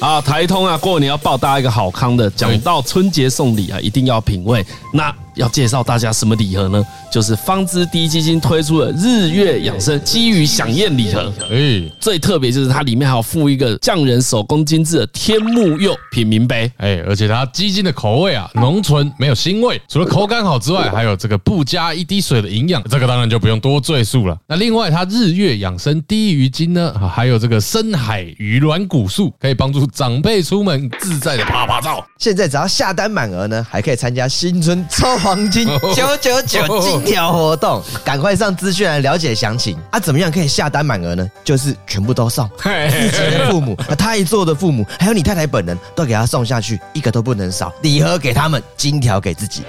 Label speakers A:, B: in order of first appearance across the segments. A: 啊，台通啊，过年要报大家一个好康的。讲到春节送礼啊，一定要品味。那要介绍大家什么礼盒呢？就是方知第一基金推出的日月养生基于响宴礼盒。
B: 哎
A: 最特别就是它里面还有附一个匠人手工精致的天目釉品茗杯。
B: 哎，而且它鸡精的口味啊，浓醇没有腥味，除了口感好之外，还有这个不加一滴水的营养，这个当然就不用多赘述了。那另外，它日月养生低鱼精呢，啊还有这个深海鱼软骨素，可以帮助长辈出门自在的啪啪照。
C: 现在只要下单满额呢，还可以参加新春抽黄金九九九金条活动，赶快上资讯来了解详情啊！怎么样可以下单满额呢？就是全部都送，自己的父母、啊他一做的父母，还有你太太本人都给他送下去，一个都不能少，礼盒给他们，金条给自己。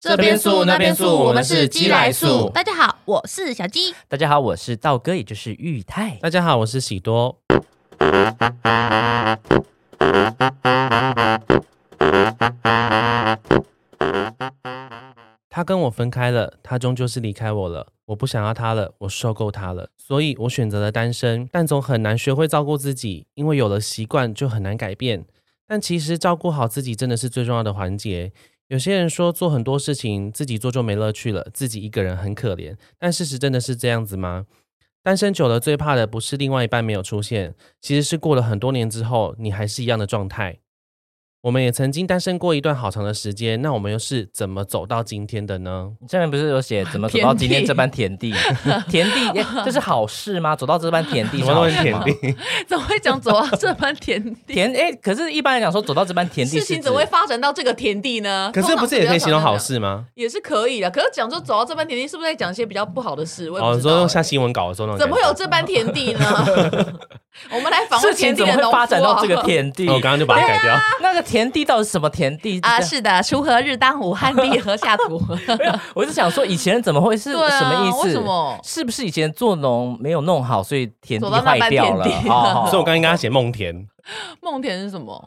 D: 这边素那边素，我们是鸡来素。
E: 大家好，我是小鸡。
F: 大家好，我是道哥，也就是裕泰。
D: 大家好，我是喜多。他跟我分开了，他终究是离开我了。我不想要他了，我受够他了，所以我选择了单身。但总很难学会照顾自己，因为有了习惯就很难改变。但其实照顾好自己真的是最重要的环节。有些人说做很多事情自己做就没乐趣了，自己一个人很可怜。但事实真的是这样子吗？单身久了，最怕的不是另外一半没有出现，其实是过了很多年之后，你还是一样的状态。我们也曾经单身过一段好长的时间，那我们又是怎么走到今天的呢？
F: 你上面不是有写怎么走到今天这般 田地？田地，哎这是好事吗？走到这般田地是
D: 什么
F: 好
D: 东
F: 事
D: 西
F: 吗，
D: 田地？
E: 怎么会讲走到这般 田地？
F: 田哎，可是一般来讲说走到这般田
E: 事
F: 地是指
E: 情怎么会发展到这个田地呢？
D: 可是不是也可以形容好事吗？
E: 也是可以的。可是讲说走到这般田地，是不是在讲一些比较不好的事？我也
D: 哦，
E: 不
D: 你
E: 知道
D: 说用
E: 欸
D: 下新闻稿的时候那种
E: 怎么会
D: 感
E: 有
D: 觉？
E: 这 般田地呢？我们来访问
F: 事
E: 田
F: 情
E: 地
F: 怎
E: 的农夫、
F: 么会
E: 啊。
F: 发展到这 个田地
D: 哦？我刚刚就把它
E: 哎
D: 改掉。
F: 那个田地到底是什么田地
E: 啊， 是的，啊锄禾日当午，汗滴禾下土。
F: 我是想说，以前人怎么会是
E: 对啊
F: 什么意思？
E: 为什么
F: 是不是以前做农没有弄好，所以田地
E: 走到那
F: 坏
E: 半
F: 掉了？
E: 田地
F: 哦
D: 所以我刚刚跟他写梦田，
E: 梦田是什
D: 啊
E: 么？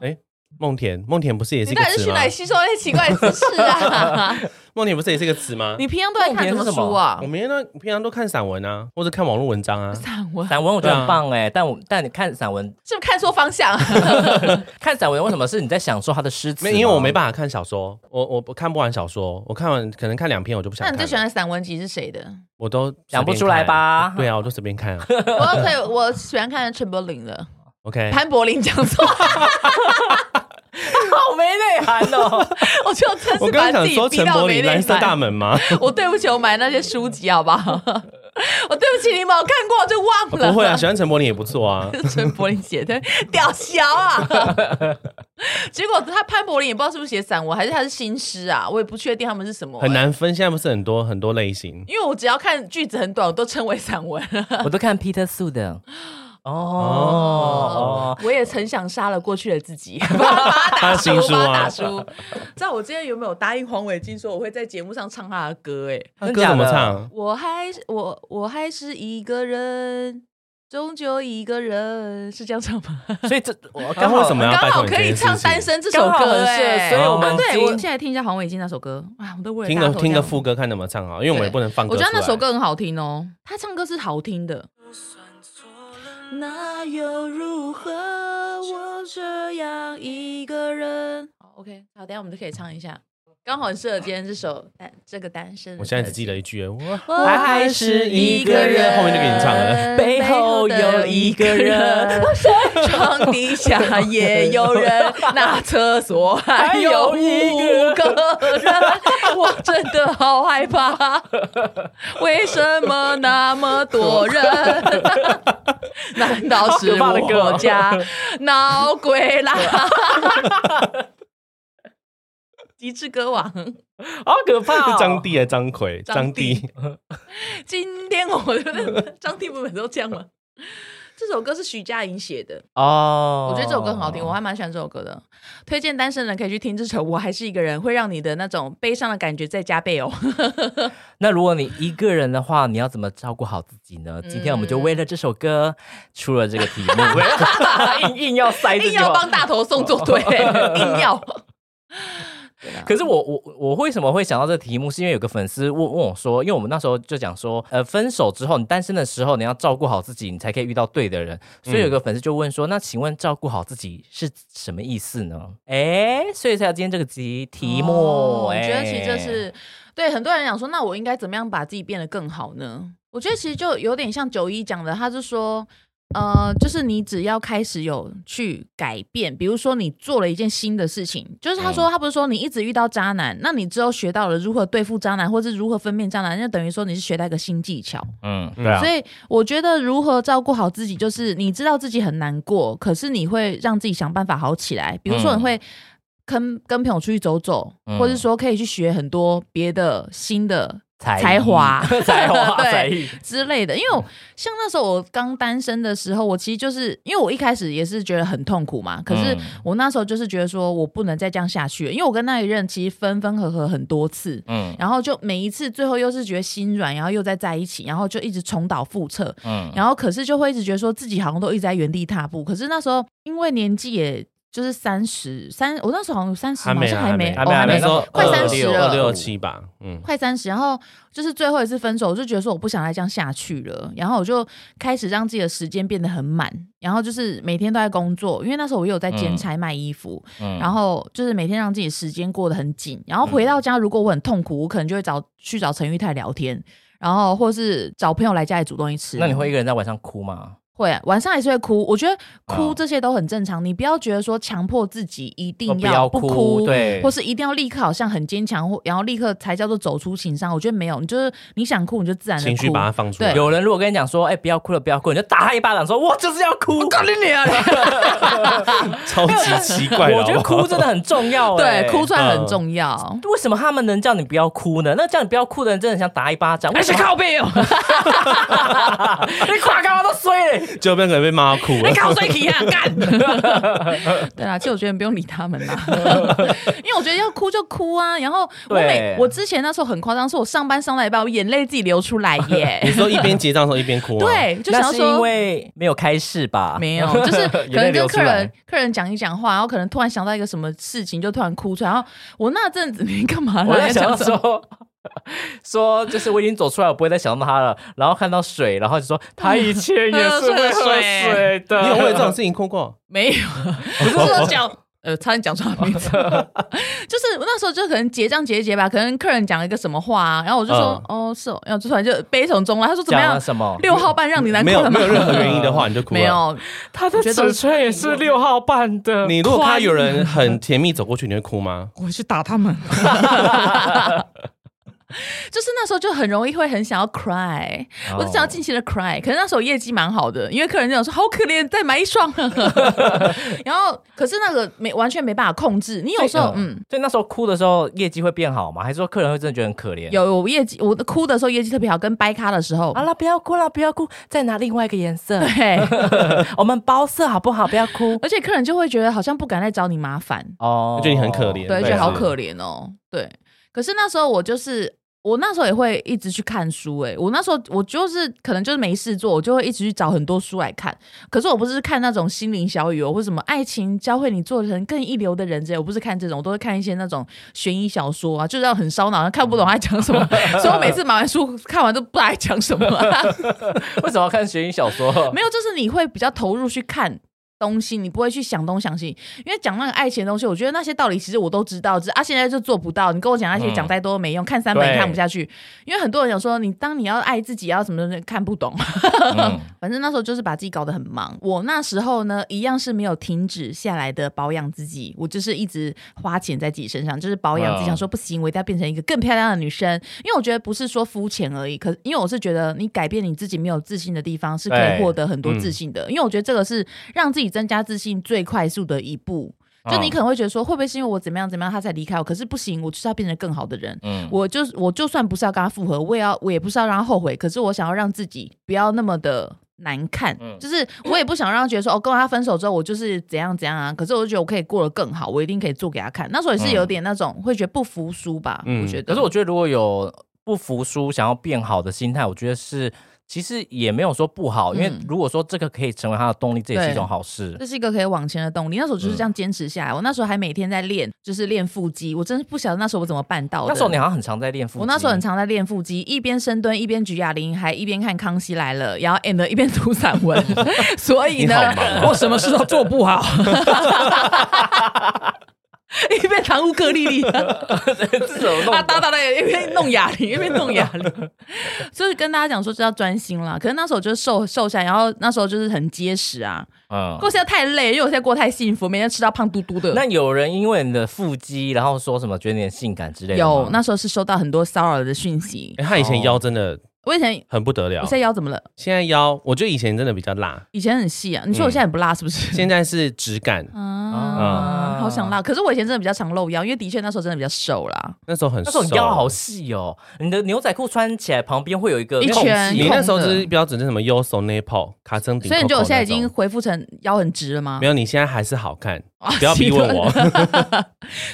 D: 梦田，梦田不是也
E: 你
D: 是一个
E: 到底是
D: 词
E: 去
D: 吗
E: 哪？里吸收那些奇怪的知识 啊？
D: 梦田不是也是一个词吗？
E: 你平常都在看什么书啊
D: 我？每天都平常都看散文啊，或者看网络文章啊。
E: 散文
F: 散文我觉得
D: 对啊
F: 很棒哎，但我但你看散文，
E: 是不是看错方向？
F: 看散文为什么是你在享受他的诗词吗？
D: 没，因为我没办法看小说，我我我看不完小说，我看完可能看两篇我就不想
E: 那
D: 看
E: 你
D: 了。
E: 最喜欢的散文集是谁的？
D: 我都随便
F: 讲不出来吧
D: 看对啊，我都随便 看啊。
E: 我 可以，我喜欢看陈柏霖的，
D: OK，
E: 潘柏霖讲 错，
F: 好没内涵哦。
E: 我就真
D: 啊我
E: 是
D: 刚
E: 把
D: 刚
E: 自
D: 想说
E: 己逼
D: 陈
E: 到
D: 柏
E: 没
D: 霖
E: 内
D: 蓝色大
E: 涵。
D: 门吗？
E: 我对不起，我买那些书籍好不好？ 我对不起，你们有看过就忘了。
D: 不会啊，喜欢陈柏霖也不错啊。
E: 是 陈柏霖写的，屌小 啊！结果他潘柏霖也不知道是不是写散文，还是他是新诗啊，我也不确定他们是什么、
D: 很。难分，现在不是很多很多类型。
E: 因为我只要看句子很短，我都称为散文。
F: 我都看 Peter Su 的。哦哦，
E: 我也曾想杀了过去的自 己，把他打
D: 他的新
E: 输，
D: 书
E: 把
D: 啊
E: 他打输。知道我今天有没有答应黄伟晋说我会在节目上唱他的歌、欸？哎，
D: 那
F: 真
D: 歌
F: 假
D: 怎么
F: 的
D: 唱？
E: 我还是我我还是一个人，终究一个人，是这样唱 吗？
F: 所以这我
D: 他
F: 刚
D: 为
F: 好
D: 什么要
E: 刚
D: 拜
E: 好
D: 托你这
E: 可
D: 件
E: 以
D: 事情
E: 唱《单身》这首
F: 刚好
E: 歌、
F: 很适合
E: 欸，
F: 所以
D: 我们
E: 啊对
F: 今
E: 我现在听一下黄伟晋那首歌，啊，我都为了
D: 听
E: 大
D: 个
E: 家都
D: 听
E: 这
D: 个
E: 样
D: 副，歌看怎么唱好，啊因为我们也不能放歌
E: 我
D: 出
E: 觉
D: 来。
E: 得那首歌很好听哦，他唱歌是好听的。那又如何？我这样一个人。好，OK，好，等一下我们就可以唱一下，刚好很适合今天这首单这个单身。
D: 我现在只记得一句，我
E: 我
F: 还是一个人
D: 后面就给你唱了
F: 背后有一个人，
E: 床底下也有人，那厕所还有五个人，我真的好害怕，为什么那么多人？难道是我 家闹鬼啦？ 极致歌王，
F: 好可怕、哦。
D: 张帝还张奎，
E: 张
D: 张
E: 帝
D: 帝
E: 今天我的张帝不每都这样吗？ 这首歌是徐佳莹写的，
F: 哦，
E: 我觉得这首歌很好听，我还蛮喜欢这首歌的。推荐单身人可以去听这首《我还是一个人》，会让你的那种悲伤的感觉再加倍哦。
F: 那如果你一个人的话，你要怎么照顾好自己呢？今天我们就
E: 嗯
F: 为了这首歌出了这个 题目，硬硬要塞这
E: 硬
F: 句话
E: 要帮大头送作对，硬要。
F: 可是我我我为什么会想到这个题目，是因为有个粉丝问问我说，因为我们那时候就讲说，呃，分手之后你单身的时候你要照顾好自己，你才可以遇到对的人。所以有个粉丝就问说，那请问照顾好自己是什么意思呢？哎、所以才有今天这个题题目。
E: 嗯哦我
F: 哎
E: 觉得其实就是对很多人讲说，那我应该怎么样把自己变得更好呢？我觉得其实就有点像九一讲的，他是说。呃，就是你只要开始有去改变，比如说你做了一件新的事情，就是他
F: 嗯
E: 说、他不是说你一直遇到渣男，那你之后学到了如何对付渣男，或是如何分辨渣男，那等于说你是学到一个新技巧。
F: 嗯，
B: 对啊
E: 所以我觉得如何照顾好自己，就是你知道自己很难过，可是你会让自己想办法好起来。比如说，
F: 嗯
E: 你会跟、跟朋友出去走走，
F: 嗯
E: 或者说可以去学很多别的新的
F: 才
E: 才
F: 艺
E: 华
F: 才华，
E: 对
F: 才艺，
E: 之类的。因为
F: 嗯
E: 我像那时候我刚单身的时候，我其实就是因为我一开始也是觉得很痛苦嘛，可是
F: 嗯
E: 我那时候就是觉得说我不能再这样下去了，因为我跟那一任其实分分合合很多次，
F: 嗯
E: 然后就每一次最后又是觉得心软，然后又再在一起，然后就一直重蹈覆辙，
F: 嗯，
E: 然后可是就会一直觉得说自己好像都一直在原地踏步。可是那时候因为年纪也就是三十三，我那时候好像三十，
G: 还
E: 好
G: 没
E: 像
G: 啊
E: 还没，
G: 还
E: 哦
G: 没啊，
E: 还
G: 那时
E: 没。
G: 候
E: 快
G: 二
E: 30
G: 六
E: 了
G: 二六七吧，嗯，
E: 快三十，然后就是最后一次分手，我就觉得说我不想再这样下去了，然后我就开始让自己的时间变得很满，然后就是每天都在工作，因为那时候我有在兼差卖衣服，
F: 嗯
E: 然后就是每天让自己时间过得很紧，然后
G: 嗯
E: 回到家如果我很痛苦，我可能就会找去找陈玉泰聊天，然后或是找朋友来家里煮东西吃。
F: 那你会一个人在晚上哭吗？
E: 会啊晚上还是会哭？我觉得哭
F: 哦
E: 这些都很正常，你不要觉得说强迫自己一定
F: 哦不要
E: 不
F: 哭
E: 哭，
F: 对
E: 或是一定要立刻好像很坚强，或然后立刻才叫做走出情伤。我觉得没有，你就是你想哭你就自然的
G: 情绪把它放出来，
E: 对
F: 有人如果跟你讲说，哎、不要哭了，不要哭了，你就打他一巴掌说，我就是要哭。
E: 你啊！
G: 超级奇 怪的，
F: 我觉得
G: 好不好
F: 哭真的很重 要、哎
E: 对，哭出来很
G: 嗯
E: 重要。
F: 为什么他们能叫你不要哭呢？那叫你不要哭的人真的很想打一巴掌。为什么？
E: 背 哦，
F: 哎你垮干嘛都衰 了？
G: 就变成被骂哭了。
E: 搞谁皮啊？干！ 对啊啦，其实我觉得你不用理他们啦，因为我觉得要哭就哭啊。然后我每
F: 对
E: 我之前那时候很夸张，是我上班上到一半，我眼泪自己流出来
G: 你
E: 耶。
G: 说一边结账的时候一边哭吗？，啊
E: 对，就想
F: 那
E: 要
F: 是因
E: 说。
F: 为没有开市吧？
E: 没 有，就是可
F: 眼泪
E: 能跟
F: 流出
E: 客人
F: 来
E: 客人讲一讲话，然后可能突然想到一个什么事情，就突然哭出来。然后我那阵子 你干嘛啦？
F: 我在想要
E: 讲什么？
F: 说。 说就是我已经走出来，我不会再想到他了。然后看到水，然后就说他以前也是会喝水 的。
G: 你有为了这种事情哭过？
E: 没有，不是说讲。呃，差点讲错名字，就是我那时候就可能结账结一结吧，可能客人讲了一个什么话、啊，然后我就说、哦是哦，然后就突然就悲从中来，他说怎么
F: 讲了
E: 样？
F: 什么？
E: 六号半让你 难
G: 没
E: 过
G: 有
E: 了吗
G: 没？有任何原因的 话，你就哭了。
E: 没，有，
F: 他的
E: 尺
F: 寸也是六号半的
G: 啊你如果看到有人很甜蜜走过去，你会哭吗？
E: 我去打他们。 就是那时候就很容易会很想要 cry，、我就想要尽情的 cry。可是那时候业绩蛮好的，因为客人就想说好可怜，再买一双。 然后可是那个没完全没办法控制，你有时候嗯。
F: 所以那时候哭的时候业绩会变好吗？还是说客人会真的觉得很可怜？
E: 有我业绩，我哭的时候业绩特别好，跟掰咖的时候，
F: 好了，不要哭了，不要哭，再拿另外一个颜 色，
E: 对，
F: 我们包色好不好？不要哭
E: 而且客人就会觉得好像不敢再找你麻烦，
F: 哦
G: 我觉得你很可怜，啊
E: 对，
G: 类
E: 觉
G: 似
E: 得好可怜哦，对。可是那时候我就是，我那时候也会一直去看书、欸，我那时候我就是可能就是没事做，我就会一直去找很多书来看。可是我不是看那种心灵小语哦，或什么爱情教会你做人更一流的人之类，我不是看这种，我都会看一些那种悬疑小说啊，就是要很烧脑，看不
G: 嗯
E: 懂他在讲什么，所以我每次买完书看完都不知道在讲什么、 啊
F: 为什么要看悬疑小说？
E: 没有，就是你会比较投入去看东西，你不会去想东想西。因为讲那个爱情的东西，我觉得那些道理其实我都知道，只是啊现在就做不到。你跟我讲那些
F: 嗯
E: 讲再多都没用，看三本也
F: 对
E: 看不下去。因为很多人讲说，你当你要爱自己，要什么东西看不懂。
F: 嗯
E: 反正那时候就是把自己搞得很忙。我那时候呢，一样是没有停止下来的保养自己，我就是一直花钱在自己身上，就是保养自己，
F: 嗯
E: 想说不行，我一定要变成一个更漂亮的女生。因为我觉得不是说肤浅而已，可因为我是觉得你改变你自己没有自信的地方，是可以
F: 对
E: 获得很多自信的。因为我觉得这个是让自己增加自信最快速的一步。 就
G: 嗯
F: 啊
E: 你可能会觉得说，会不会是因为我怎么样怎么样，他才离开我？可是不行，我就是要变成更好的人。
F: 嗯
E: 我就是我就算不是要跟他复合，我也要我也不是要让他后悔，可是我想要让自己不要那么的难看，
F: 嗯
E: 就是我也不想让他觉得说哦，跟他分手之后我就是怎样怎样啊，可是我就觉得我可以过得更好，我一定可以做给他看。那时候也是
F: 嗯
E: 有点那种、会觉得不服输吧，
G: 嗯
E: 我觉得。
F: 可是我觉得如果有不服输、想要变好的心态，我觉得是其实也没有说不好，因为
E: 嗯
F: 如果说这个可以成为他的动力，这也是一种好事。
E: 这是一个可以往前的动力。那时候就是这
F: 嗯
E: 样坚持下来，我那时候还每天在练，就是练腹肌。我真是不晓得那时候我怎么办到的。
F: 那时候你好像很常在练腹肌，
E: 我那时候 很常在练腹肌，一边深蹲，一边举哑铃，还一边看《康熙来了》，然后 and 一边读散文， 所以呢，
F: 啊
E: 我什么事都做不好，一边弹乌克丽丽，
F: 这种弄
E: 啊， 打打打，一边弄哑 铃，一边弄哑铃，就是跟大家讲说，这要专心啦。可是那时候就是瘦瘦下来，然后那时候就是很结实啊。
F: 嗯
E: 不过现在太累，因为我现在过太幸福，每天吃到胖嘟嘟的。
F: 那有人因为你的腹肌，然后说什么觉得你很性感之类的吗
E: 有那时候是收到很多骚扰的讯息。
G: 哎，他以前腰真的
E: 我以
F: 哎
E: 前
G: 很不得
E: 哦我
G: 了
E: 现，在腰怎么了？
G: 现在腰，我觉得以前真的比较 辣，
E: 以前很细啊。你
G: 嗯
E: 说我现在也不辣是不是？
G: 现在是质感，
E: 啊，好想辣！可是我以前真的比较常露腰，因为的确那时候真的比较瘦啦。
G: 那时候很瘦，
F: 那时候你腰好细哦，你的牛仔裤穿起来旁边会有一个
E: 一
F: 空隙
E: 圈
G: 你
E: 空
G: 那时候就是标准是什么 u s o nipple 卡森顶，
E: 所以你觉得我现在已经恢复成腰很直了吗
G: 没？有，你现在还是好看
E: 啊，
G: 不要逼问我，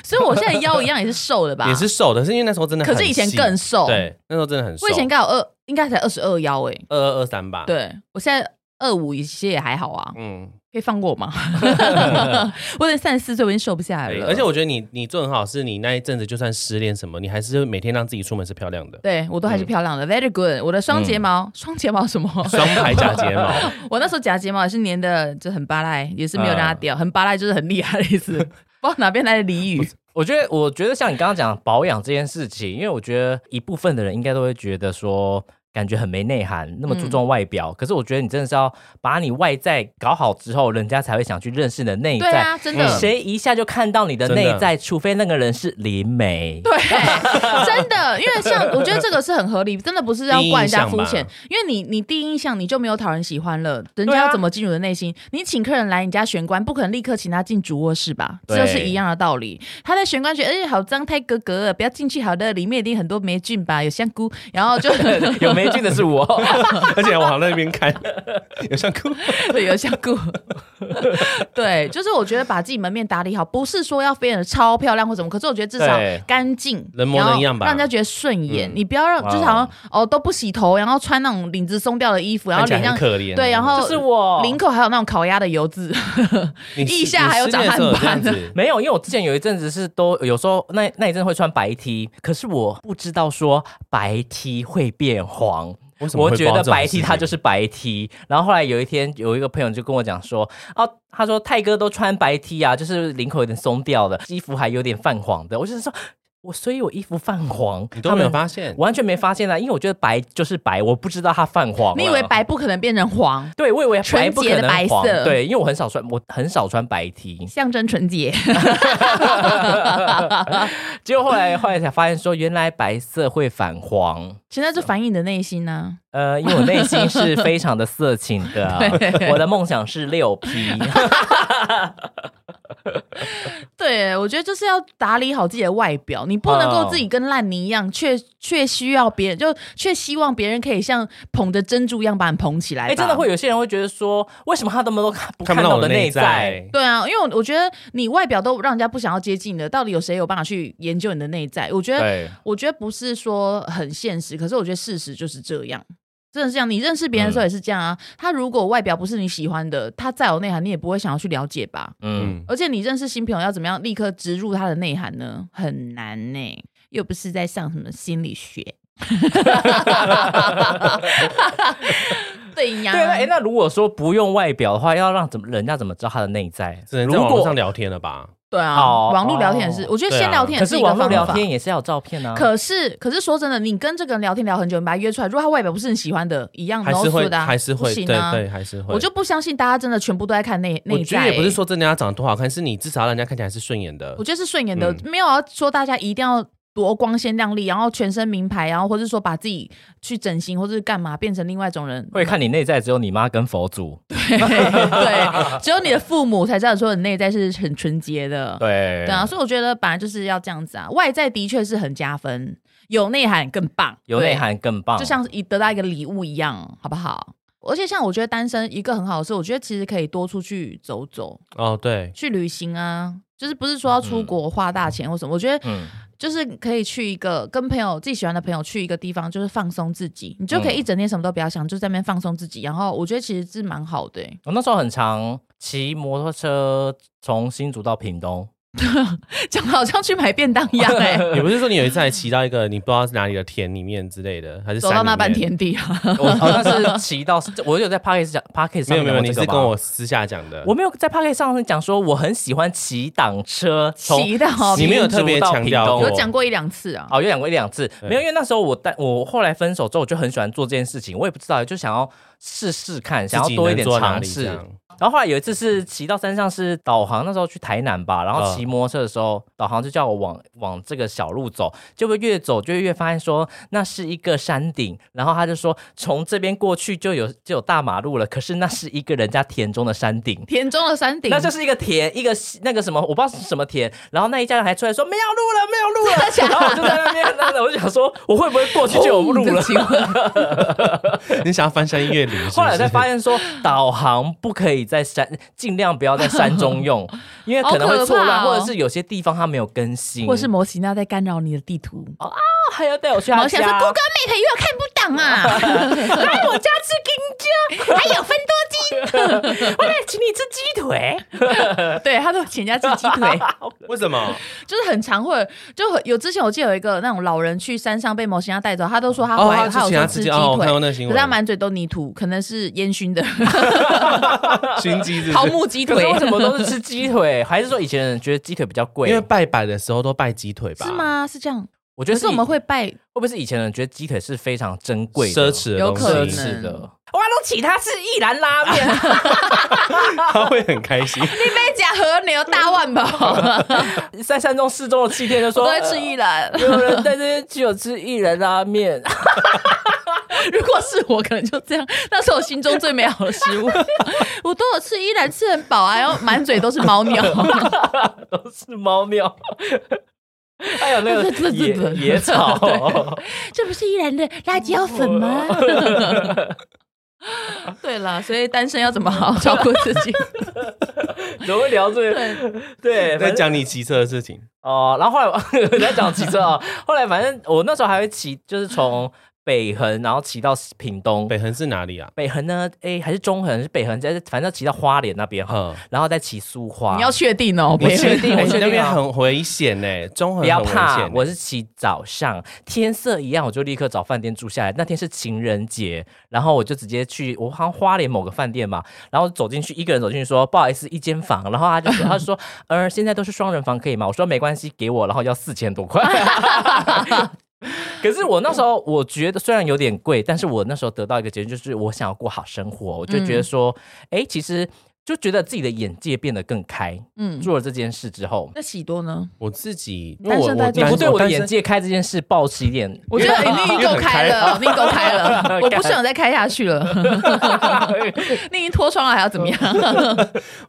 E: 所以我现在腰一样也是瘦的吧？
G: 也是。瘦的，是因为那时候真的很
E: 可
G: 细，
E: 是以前更瘦。，
G: 对，那时候真的很瘦，
E: 我以前应该有二，应该才二十二腰诶。
G: 二二二三吧，，
E: 对，我现在二五一些也还好啊，
G: 嗯，
E: 可以放过我吗？ 我已经三十四岁，我已经瘦不下来
G: 对
E: 了。
G: 而且我觉得你你做得很好，是你那一阵子就算失恋什么，你还是每天让自己出门是漂亮 的，
E: 对我
G: 嗯
E: 都还是漂亮的、v e r y good。我的双睫毛，双睫毛什么？
G: 双排假睫 毛，
E: 我那时候假睫毛也是粘的，就很扒拉，也是没有让它掉，很扒拉就是很厉害的意思。不知道哪边来的俚语，
F: 我觉得，我觉得像你刚刚讲保养这件事情，因为我觉得一部分的人应该都会觉得说，感觉很没内涵，那么注重外表。可是我觉得你真的是要把你外在搞好之后，人家才会想去认识你的内
E: 对
F: 在。嗯
E: 啊，真的。
F: 谁一下就看到你的
G: 真的
F: 内在，除非那个人是 灵媒。
E: 对，真的，因为像我觉得这个是很合理，真的不是要怪人家肤
G: 第一印
E: 浅
G: 象吧，
E: 因为你你第一印象你就没有讨人喜欢了，人
F: 对
E: 家
F: 啊
E: 要怎么进入你的内心？你请客人来你家玄关，不可能立刻请他进主卧室吧？这
F: 对
E: 就是一样的道理。他在玄关觉得，哎，好脏，太格格了，不要进去，好的，里面一定很多霉菌吧，有香菇，然后就
F: 有霉菌的是我，
G: 而且往那边 看，有像哭，
E: 对，有香菇。 对，就是我觉得把自己门面打理好，不是说要变得超漂亮或怎么，可是我觉得至少
F: 对
E: 干净，
G: 人模
E: 然后
G: 人样吧
E: 让人家觉得顺眼。
G: 嗯
E: 你不要让，
F: 哇
E: 就是好像哦都不洗头，然后穿那种领子松掉的衣服，然后
G: 看起
E: 脸
G: 来很
E: 上
G: 可怜，
E: 对，然后
F: 这是我
E: 领口还有那种烤鸭的 油渍，
G: 你
E: 腋下还有长汗
G: 你失恋的时候有
E: 斑
G: 这样子
F: 没有，因为我之前有一阵子是都有时候那那一阵会穿白 T，可是我不知道说白 T 会变黄。
G: 为什么
F: 我
G: 会
F: 觉
G: 包
F: 得
G: 这种
F: 白
G: 事
F: T 它
G: 情
F: 就是白 T，然后后来有一天有一个朋友就跟我讲说，啊，他说泰哥都穿白 T 啊，就是领口有点松掉的，衣服还有点泛黄的。我就是说，我所以我衣服泛黄，
G: 你都没有
F: 他们
G: 发现，
F: 完全没发现啊，因为我觉得白就是白，我不知道它泛
G: 啊
F: 黄。
E: 你以为？白不可能变成黄，
F: 对，我以为白
E: 纯
F: 不
E: 洁
F: 可
E: 的白
F: 能黄。
E: 色
F: 对，因为我很少穿，我很少穿白 T。
E: 象征 纯洁。
G: 啊
F: 结果后 来后来才发现说，原来白色会反黄。
E: 其实那就反映你的内心呢、
F: 呃，因为我内心是非常的色情的啊
E: 对，
F: 我的梦想是六 P。
E: 对，我觉得就是要打理好自己的外表，你不能够自己跟烂泥一样，却却需要别人，就却希望别人可以像捧着珍珠一样把你捧起来。
F: 哎、真的会。有些人会觉得说，为什么他那么多 看不
G: 看不
F: 到
G: 到我
F: 我的
G: 的
F: 内
G: 内
F: 在？
G: 在，
E: 对啊，因为我我觉得你外表都让人家不想要接近的，到底有谁有办法去研究你的内在？我觉得，
F: 对，
E: 我觉得不是说很现实，可是我觉得事实就是这样，真的是这样。你认识别人的时候也是这样啊。他如果外表不是你喜欢的，他再有内涵，你也不会想要去了解吧？
F: 嗯，
G: 嗯，
E: 而且你认识新朋友要怎么样立刻植入他的内涵呢？很难呢、又不是在上什么心理学。对呀，
F: 对。那哎、那如果说不用外表的话，要让怎么人家怎么知道他的内在？
G: 只能在
F: 如
G: 网络
F: 果
G: 上聊天了吧？
E: 对啊，
F: 哦
E: 网络聊天也是，
F: 哦
E: 我觉得
G: 啊
E: 先聊天
F: 可
E: 也
F: 是
E: 一
F: 网
E: 个
F: 络
E: 方
F: 聊
E: 法。
F: 天也是要有照片啊。
E: 可是，可是说真的，你跟这个人聊天聊很久，你把他约出来，如果他外表不是你喜欢的，一样
G: 还是
E: no
G: 会
E: good 啊
G: 还是会
E: 不行
G: 对
E: 啊。
G: 对还是会，
E: 我就不相信大家真的全部都在看内
G: 我
E: 内
G: 觉
E: 在、
G: 得也不是
E: 欸
G: 说真的要长得多好看，是你至少让人家看起来是顺眼的
E: 我。觉得是顺眼的，
G: 嗯
E: 没有要说大家一定要多光鲜亮丽，然后全身名牌，啊然后或者说把自己去整形或者是干嘛变成另外一种
F: 。
E: 人
F: 会看你内在，只有你妈跟佛祖。
E: 对，只有你的父母才知道说你内在是很纯洁的。
F: 对
E: 对啊，所以我觉得本来就是要这样子啊，外在的确是很加分，有内涵更棒，
F: 有
E: 对
F: 内涵更棒。
E: 就像一得到一个礼物一样，好不好？而且像我觉得单身一个很好的事，我觉得其实可以多出去走走，
G: 哦，对，
E: 去旅行啊，就是不是说要出国花大钱或什么，我觉得
F: 嗯，
E: 就是可以去一个跟朋友自己喜欢的朋友去一个地方，就是放松自己，你就可以一整天什么都不要想，就在那边放松自己。然后我觉得其实是蛮好的、 欸
F: 我那时候很常骑摩托车从新竹到屏东，
E: 讲的好像去买便当一样哎、
D: 你不是说你有一次还骑到一个你不知道是哪里的田里面之类的，还是
E: 走
D: 山
E: 到
D: 里
E: 那半
D: 面？
E: 田地啊，
F: 我哦那 是骑到，我有在 p a r k e 上 p a r k e
D: 没
F: 上
D: 有
F: 面
D: 没有，你
F: 讲过这个
D: 是
F: 吧
D: 跟我私下讲的。
F: 我没有在 p a r k e 上讲说我很喜欢骑挡车，从
E: 骑的好
D: 你没有特别强调过
E: 有讲过一两次啊。
F: 哦，有讲过一两次，
D: 对
F: 没有，因为那时候我但我后来分手之后，我就很喜欢做这件事情，我也不知道，就想要试试看，想要
D: 自己
F: 多一
D: 能
F: 点
D: 做哪
F: 尝
D: 里
F: 试。
D: 这样
F: 然后后来有一次是骑到山上，是导航那时候去台南吧，
D: 嗯
F: 然后骑摩托车的时候，导航就叫我往往这个小路走，结果越走就越发现说那是一个山顶，然后他就说从这边过去就有就有大马路了，可是那是一个人家田中的山顶。
E: 田中的山顶，
F: 那就是一个田，一个那个什么，我不知道是什么田。然后那一家人还出来说没有路了，没有路了。 然后我就在那边，那我就想说，我会不会过去就有路了？
E: 请问
D: 你想要翻山越岭是不是？
F: 后来才发现说，导航不可以在山，尽量不要在山中 用，因为可能会错
E: 好
F: 乱，
E: 可怕哦
F: 或者是有些地方它没有更新，
E: 或是摩西娜在干扰你的地图？
F: 哦 还要带我去他
E: 我想说
F: 家。
E: Google Map 又看不懂啊， 来我家吃金针，还有分多金，
F: 我来请你吃鸡腿，
E: 对他都请人家吃鸡 腿。
D: 为什么？
E: 就是很常会，就很有之前我记得有一个那种老人去山上被某些人带走，他都说他怀
D: 哦他
E: 有
D: 之前
E: 说
D: 他
E: 吃
D: 自己
E: 鸡腿，
D: 哦我看到那个新
E: 可
D: 闻
E: 是他满嘴都泥土，可能是烟熏 的
D: 熏鸡是不
E: 桃
D: 是？
E: 木鸡
F: 可
E: 腿
F: 是，为什么都是吃鸡腿？还是说以前人觉得鸡腿比较贵？
D: 因为拜拜的时候都拜鸡腿吧？
E: 是？吗？是这样？
F: 我觉
E: 可
F: 得
E: 是我们
F: 会
E: 会拜
F: 不会是以前人觉得鸡腿是非常珍贵
D: 奢
F: 的、
D: 侈的
E: 有
D: 东西，
E: 可
F: 奢
E: 能
F: 侈的？哇，都请他吃一兰拉面，
D: 他会很开 心。
E: 一杯假和牛大万 宝，
F: 在山中四周的七天就
E: 我
F: 说
E: 都会吃一兰。
F: 呃有人在这边只有吃一人拉面，
E: 如果是我，可能就这样。那是我心中最美好的食物。 我都有吃一兰，吃很饱啊，然后满嘴都是猫尿。
F: 都是猫尿，还有那 个
E: 对对对对
F: 野野草。
E: 这不是依然的辣椒粉吗？ 对啦，所以单身要怎么好好照顾自 己？
F: 怎么会聊这个？对，
D: 在
F: 反正
D: 讲你骑车的事情，
F: 哦，然后后来 我在讲骑车啊，后来反正我那时候还会骑，就是从北横，然后骑到屏东。
D: 北横是哪里啊？
F: 北横呢？哎，还是中横？是北横？在反正骑到花莲那边哈，
D: 嗯，
F: 然后再骑苏花。
E: 你要确定哦，
D: 我
E: 北
F: 确定我
D: 你
F: 确定
D: 那边
F: 啊
D: 很危险呢，中横
F: 不要
D: 很危
F: 怕，
D: 险。欸
F: 我是骑早上，天色一样，我就立刻找饭店住下来。那天是情人节，然后我就直接去，我好像花莲某个饭店嘛，然后走进去，一个人走进去说不好意思，一间房，然后他就说他就说，呃，现在都是双人房可以吗？我说没关系，给我，然后要四千多块。 可是我那时候我觉得虽然有点贵，但是我那时候得到一个结论，就是我想要过好生活，我就觉得说，哎、其实就觉得自己的眼界变得更开。
E: 嗯，
F: 做了这件事之后，
E: 那喜多呢？
D: 我自己，因为
E: 单
D: 我
E: 身在
D: 我
E: 做
F: 你不对我的
D: 单身
F: 眼界开这件事抱持一点，
E: 我觉 得哎你已经够开了，你已经够开 了，我不想再开下去了。 你已经脱窗了，还要怎么 样？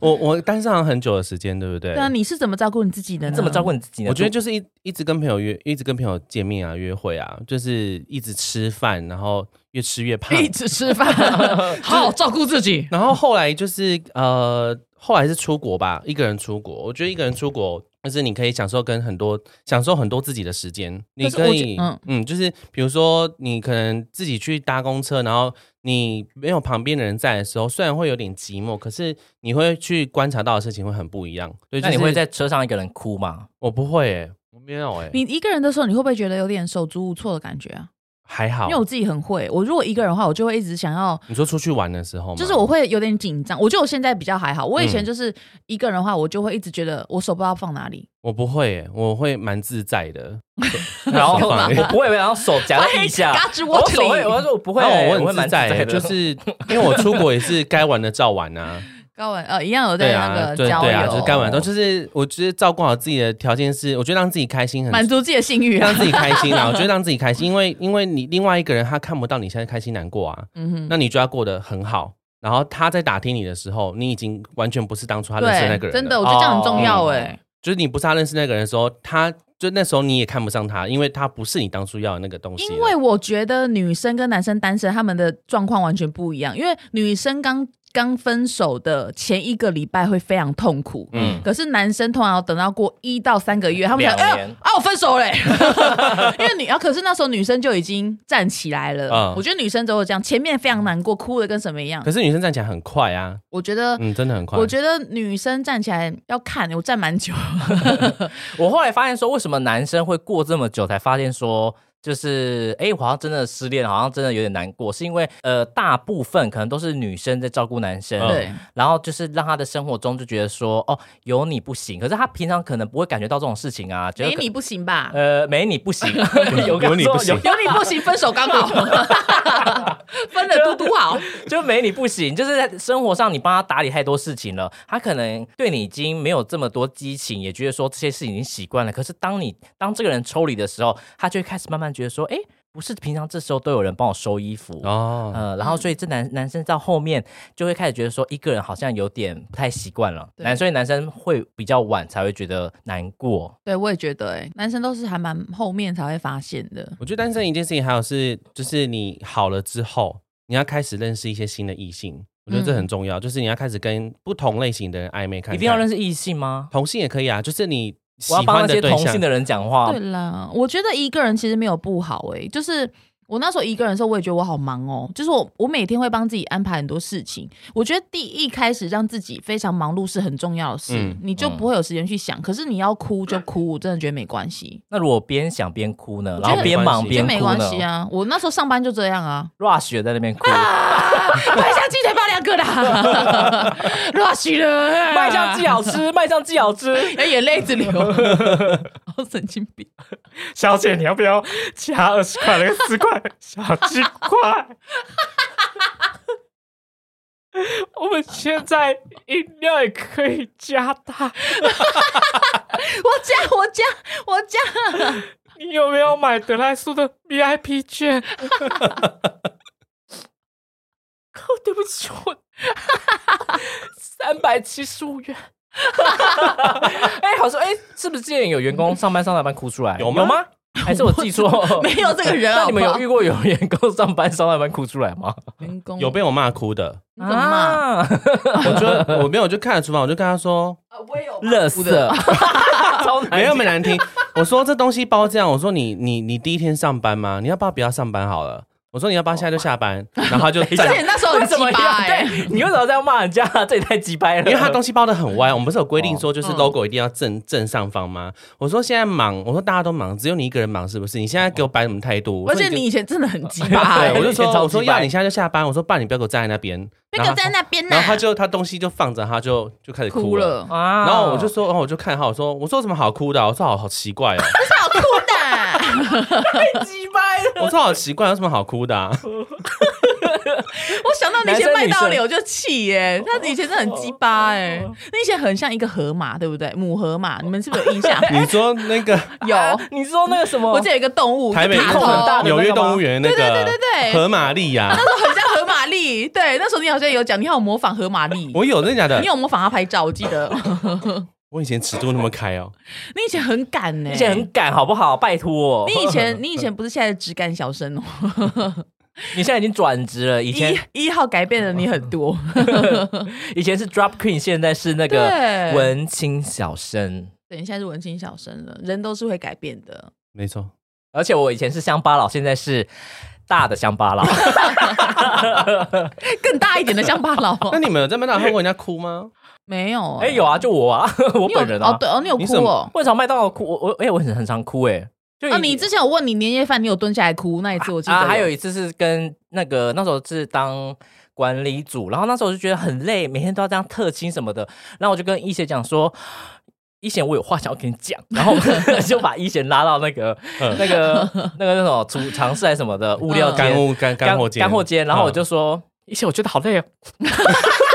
D: 我我单身好像很久的时间，对不对？
E: 对啊，你是怎么照顾你自己的呢？
F: 怎么照顾你自己呢？
D: 我觉得就是一一直跟朋友约，一直跟朋友见面啊，约会啊，就是一直吃饭，然后越吃越 胖。
E: 一直吃饭， 好好照顾自 己。
D: 然后后来就是呃，后来是出国吧，一个人出国。我觉得一个人出国，就是你可以享受跟很多享受很多自己的时间。你
E: 但是我
D: 可
E: 觉
D: 以
E: 嗯
D: 嗯就是比如说你可能自己去搭公车，然后你没有旁边的人在的时候，虽然会有点寂寞，可是你会去观察到的事情会很不一样。对，就
F: 那
D: 是、
F: 你会在车上一个人 哭吗？
D: 我不会、欸，我没有哎、
E: 你一个人的时候，你会不会觉得有点手足无措的感觉啊？
D: 还好
E: 因为。我自己很会，我如果一个人的话，我就会一直想要
D: 你说出去玩的时候吗，嗯
E: 就是我会有点紧张，我觉得我现在比较还好。我以前就是一个人的话，我就会一直觉得我手不知道放哪里。，
D: 我不会耶，我会蛮自在的。
F: 然后
D: 手放
F: 我不会，然后手夹在地下
E: 嘎吱窝
F: 我
E: 里
F: 手会，我说我不会，
D: 然后哎哦我
F: 会
D: 很
F: 蛮
D: 自
F: 自在
D: 在，欸
F: 的，
D: 就是因为我出国也是该玩的照玩啊，
E: 高文呃，一样有在
D: 对
E: 那
D: 啊，
E: 个
D: 对
E: 交
D: 对啊，
E: 友，
D: 就是该玩的，就是我觉得照顾好自己的条件是，我觉得让自己开心很
E: 满足自己的性欲
D: 让
E: 啊。
D: 自己开心啊，我觉得让自己开心，因为因为你另外一个人他看不到你现在开心难过啊，
E: 嗯
D: 那
E: 哼，
D: 你就要过得很好。然后他在打听你的时候，你已经完全不是当初他认识的那个
E: 嗯对，
D: 人，
E: 真的，，我觉得这样很重要
F: 哦
E: 哎。
D: 就是你不是他认识那个人的时候，他就那时候你也看不上他，因为他不是你当初要的那个东西了。
E: 因为我觉得女生跟男生单身，他们的状况完全不一样。因为女生刚刚分手的前一个礼拜会非常痛苦，
F: 嗯
E: 可是男生通常要等到过一到三个月，他们想，
F: 两
E: 哎
F: 年
E: 呦，啊，我分手嘞、因为女啊，可是那时候女生就已经站起来了。
D: 嗯
E: 我觉得女生都有这样，前面非常难过，哭的跟什么一样
D: 可。是女生站起来很快啊，
E: 我觉得，
D: 嗯，真的很快。
E: 我觉得女生站起来要看，我站蛮久。
F: 我后来发现说，为什么男生会过这么久才发现说，就是哎、诶我好像真的失恋了，好像真的有点难过，是因为呃，大部分可能都是女生在照顾男生，
D: 嗯
E: 对，
F: 然后就是让他的生活中就觉得说，哦，有你不行，可是他平常可能不会感觉到这种事情啊，觉得
E: 没
F: 可
E: 哎你不行吧？
F: 呃没你 不行，有
D: 有你不行
E: 有你不行，分手刚好，分的嘟嘟好。
F: 就没你不行，就是在生活上你帮他打理太多事情了，他可能对你已经没有这么多激情，也觉得说这些事情已经习惯了。可是当你当这个人抽离的时候，他就会开始慢慢觉得说，哎，不是平常这时候都有人帮我收衣服。
D: 哦，
F: 呃，然后所以这男男生到后面就会开始觉得说，一个人好像有点不太习惯了，
E: 对
F: 男所以男生会比较晚才会觉得难过。
E: 对，我也觉得、哎，男生都是还蛮后面才会发现的。
D: 我觉得单身一件事情，还有是就是你好了之后，你要开始认识一些新的异性，我觉得这很重要。就是你要开始跟不同类型的人暧昧看看，
F: 一定要认
D: 识
F: 识异性吗？
D: 同性也可以啊，就是你喜
F: 我要帮
D: 欢
F: 那些
D: 的对
F: 同
D: 象
F: 性的人讲话
E: 对，啦，我觉得一个人其实没有不好诶、就是我那时候一个人的时候，我也觉得我好忙哦、就是我我每天会帮自己安排很多事情。我觉得第一开始让自己非常忙碌是很重要的事，
D: 嗯
E: 你就不会有时间去想。可是你要哭就哭，我真的觉得没关系，
F: 那如果边想边哭呢？
E: 我觉
F: 然
E: 得
F: 后边忙
E: 就
F: 边
E: 没
F: 哭
E: 关
F: 呢
E: 系啊。我那时候上班就这样啊，
F: ？Rush 也在那边哭，
E: 麦香鸡腿包两个啦， 乱许了，啊
F: 麦香鸡 好吃，麦香鸡好吃。
E: 哎，眼泪一直流，好神经病。
F: 小姐，你要不要加二十块那个四块小鸡块？我们现在饮料也可以加大，
E: 我加，我加，我加。
F: 你有没有买德莱素的 VIP 券？靠，对不起，我 三百七十五元。 哎、好像哎、是不是之前有员工上班上到一半哭出来？
D: 有吗
F: 还是我记错？
E: 没有这个人
F: 那
E: 啊！
F: 你们有
E: 好不
F: 遇过有员工上班上到一半哭出来吗？
E: 好员工
D: 有被我骂哭的，
E: 你怎么骂？
F: 啊？
D: 我觉得我没有，我就看着厨房，我就跟他 说，哎
E: 我也有
F: 乐色， 超难听
D: 没有没难 听，我说这东西包这样，我说你你你第一天上班吗？你要不要不要上班好了？我说你要不要现在就下 班？然后他就
E: 而
D: 站
E: 且那时候
F: 为
E: 很
F: 什
E: 鸡
F: 么
E: 巴
F: 要
E: 哎，
F: 对你为什么这样骂人家？这也太鸡掰了。
D: 因为他东西包的很歪，我们不是有规定说就是
E: 哦嗯
D: logo 一定要正正上方吗？我说现在忙，我说大家都忙，只有你一个人忙是不是？你现在给我摆什么态度？
E: 而且你以前真的很鸡巴
D: 我说
E: 哎
D: 你就， 对，我就
F: 以前
D: 说
F: 超
D: 我说
F: 级白
D: 要你现在就下班，我说爸你不要给我站在那边，
E: 那
D: 然
E: 个
D: 后他
E: 在那边呢
D: 然后，他就他东西就放着，他就就开始
E: 哭
D: 哭
E: 了，
D: 了。
F: 啊
D: 然后 我就说，然后我就看他，我说我说有什么好哭的啊、我说好好奇怪哦，
E: 好哭的。
F: 鸡掰了。
D: 我说好奇怪，有什么好哭的、 啊？？
E: 我想到你以前
F: 男生
E: 麦
F: 女生
E: 当流就气哎，他以前真的很鸡巴哎，那以前很像一个河马，对不对？母河马，你们是不是有印象
D: 你说那 个
E: 有，
F: 哦你说那个什么？
E: 我记得有一个动物，
D: 哦台北
E: 卡通，
F: 孔很大的那个吗
D: 纽约动物园那个
E: 对对
D: 河马利亚，
E: 那 时候很像河马力。对，那时候你好像有讲，你好有模仿河马力，
D: 我有真的假的
E: 你？有模仿他拍照，我记得
D: 我以前尺度那么开哦，
E: 你以前很敢欸呢，
F: 以前很敢，好不好？拜托，
E: 你以前你以前不是现在的只敢小生哦，
F: 你现在已经转职了，以前
E: 一一号改变了你很多，
F: 以前是 Drop Queen，现在是那个
E: 对，
F: 文青小生。
E: 等一下是文青小生了，人都是会改变的。
D: 没错。
F: 而且我以前是乡巴佬，现在是大的 乡巴佬。
E: 哎更大一点的乡巴佬
D: 那
E: 哦，
D: 你们有在麦当劳看过人家哭 吗？
E: 没有
F: 哎，有啊，就我啊， 我
E: 你有
F: 本人
E: 哦
F: 啊，。
E: 对哦，你有
D: 你
E: 哭
D: 怎么
E: 哦。
F: 为什么麦当劳哭？我我哎、我很很常哭哎、就
E: 啊，
F: 以
E: 你之前有问你年夜饭，你有蹲下来哭那一次，我记得
F: 啊，还有一次是跟那个那时候是当管理组，然后那时候我就觉得很累，每天都要这样特清什么的，然后我就跟一贤讲说。一贤，我有话想要跟你讲，然后我们 就把一贤拉到那个、那个、那个那种储藏室还是什么的物料
D: 嗯
F: 间
D: 呃干物干干货间，
F: 干货间，然后我就说，一贤，我觉得好累哦，
D: 嗯，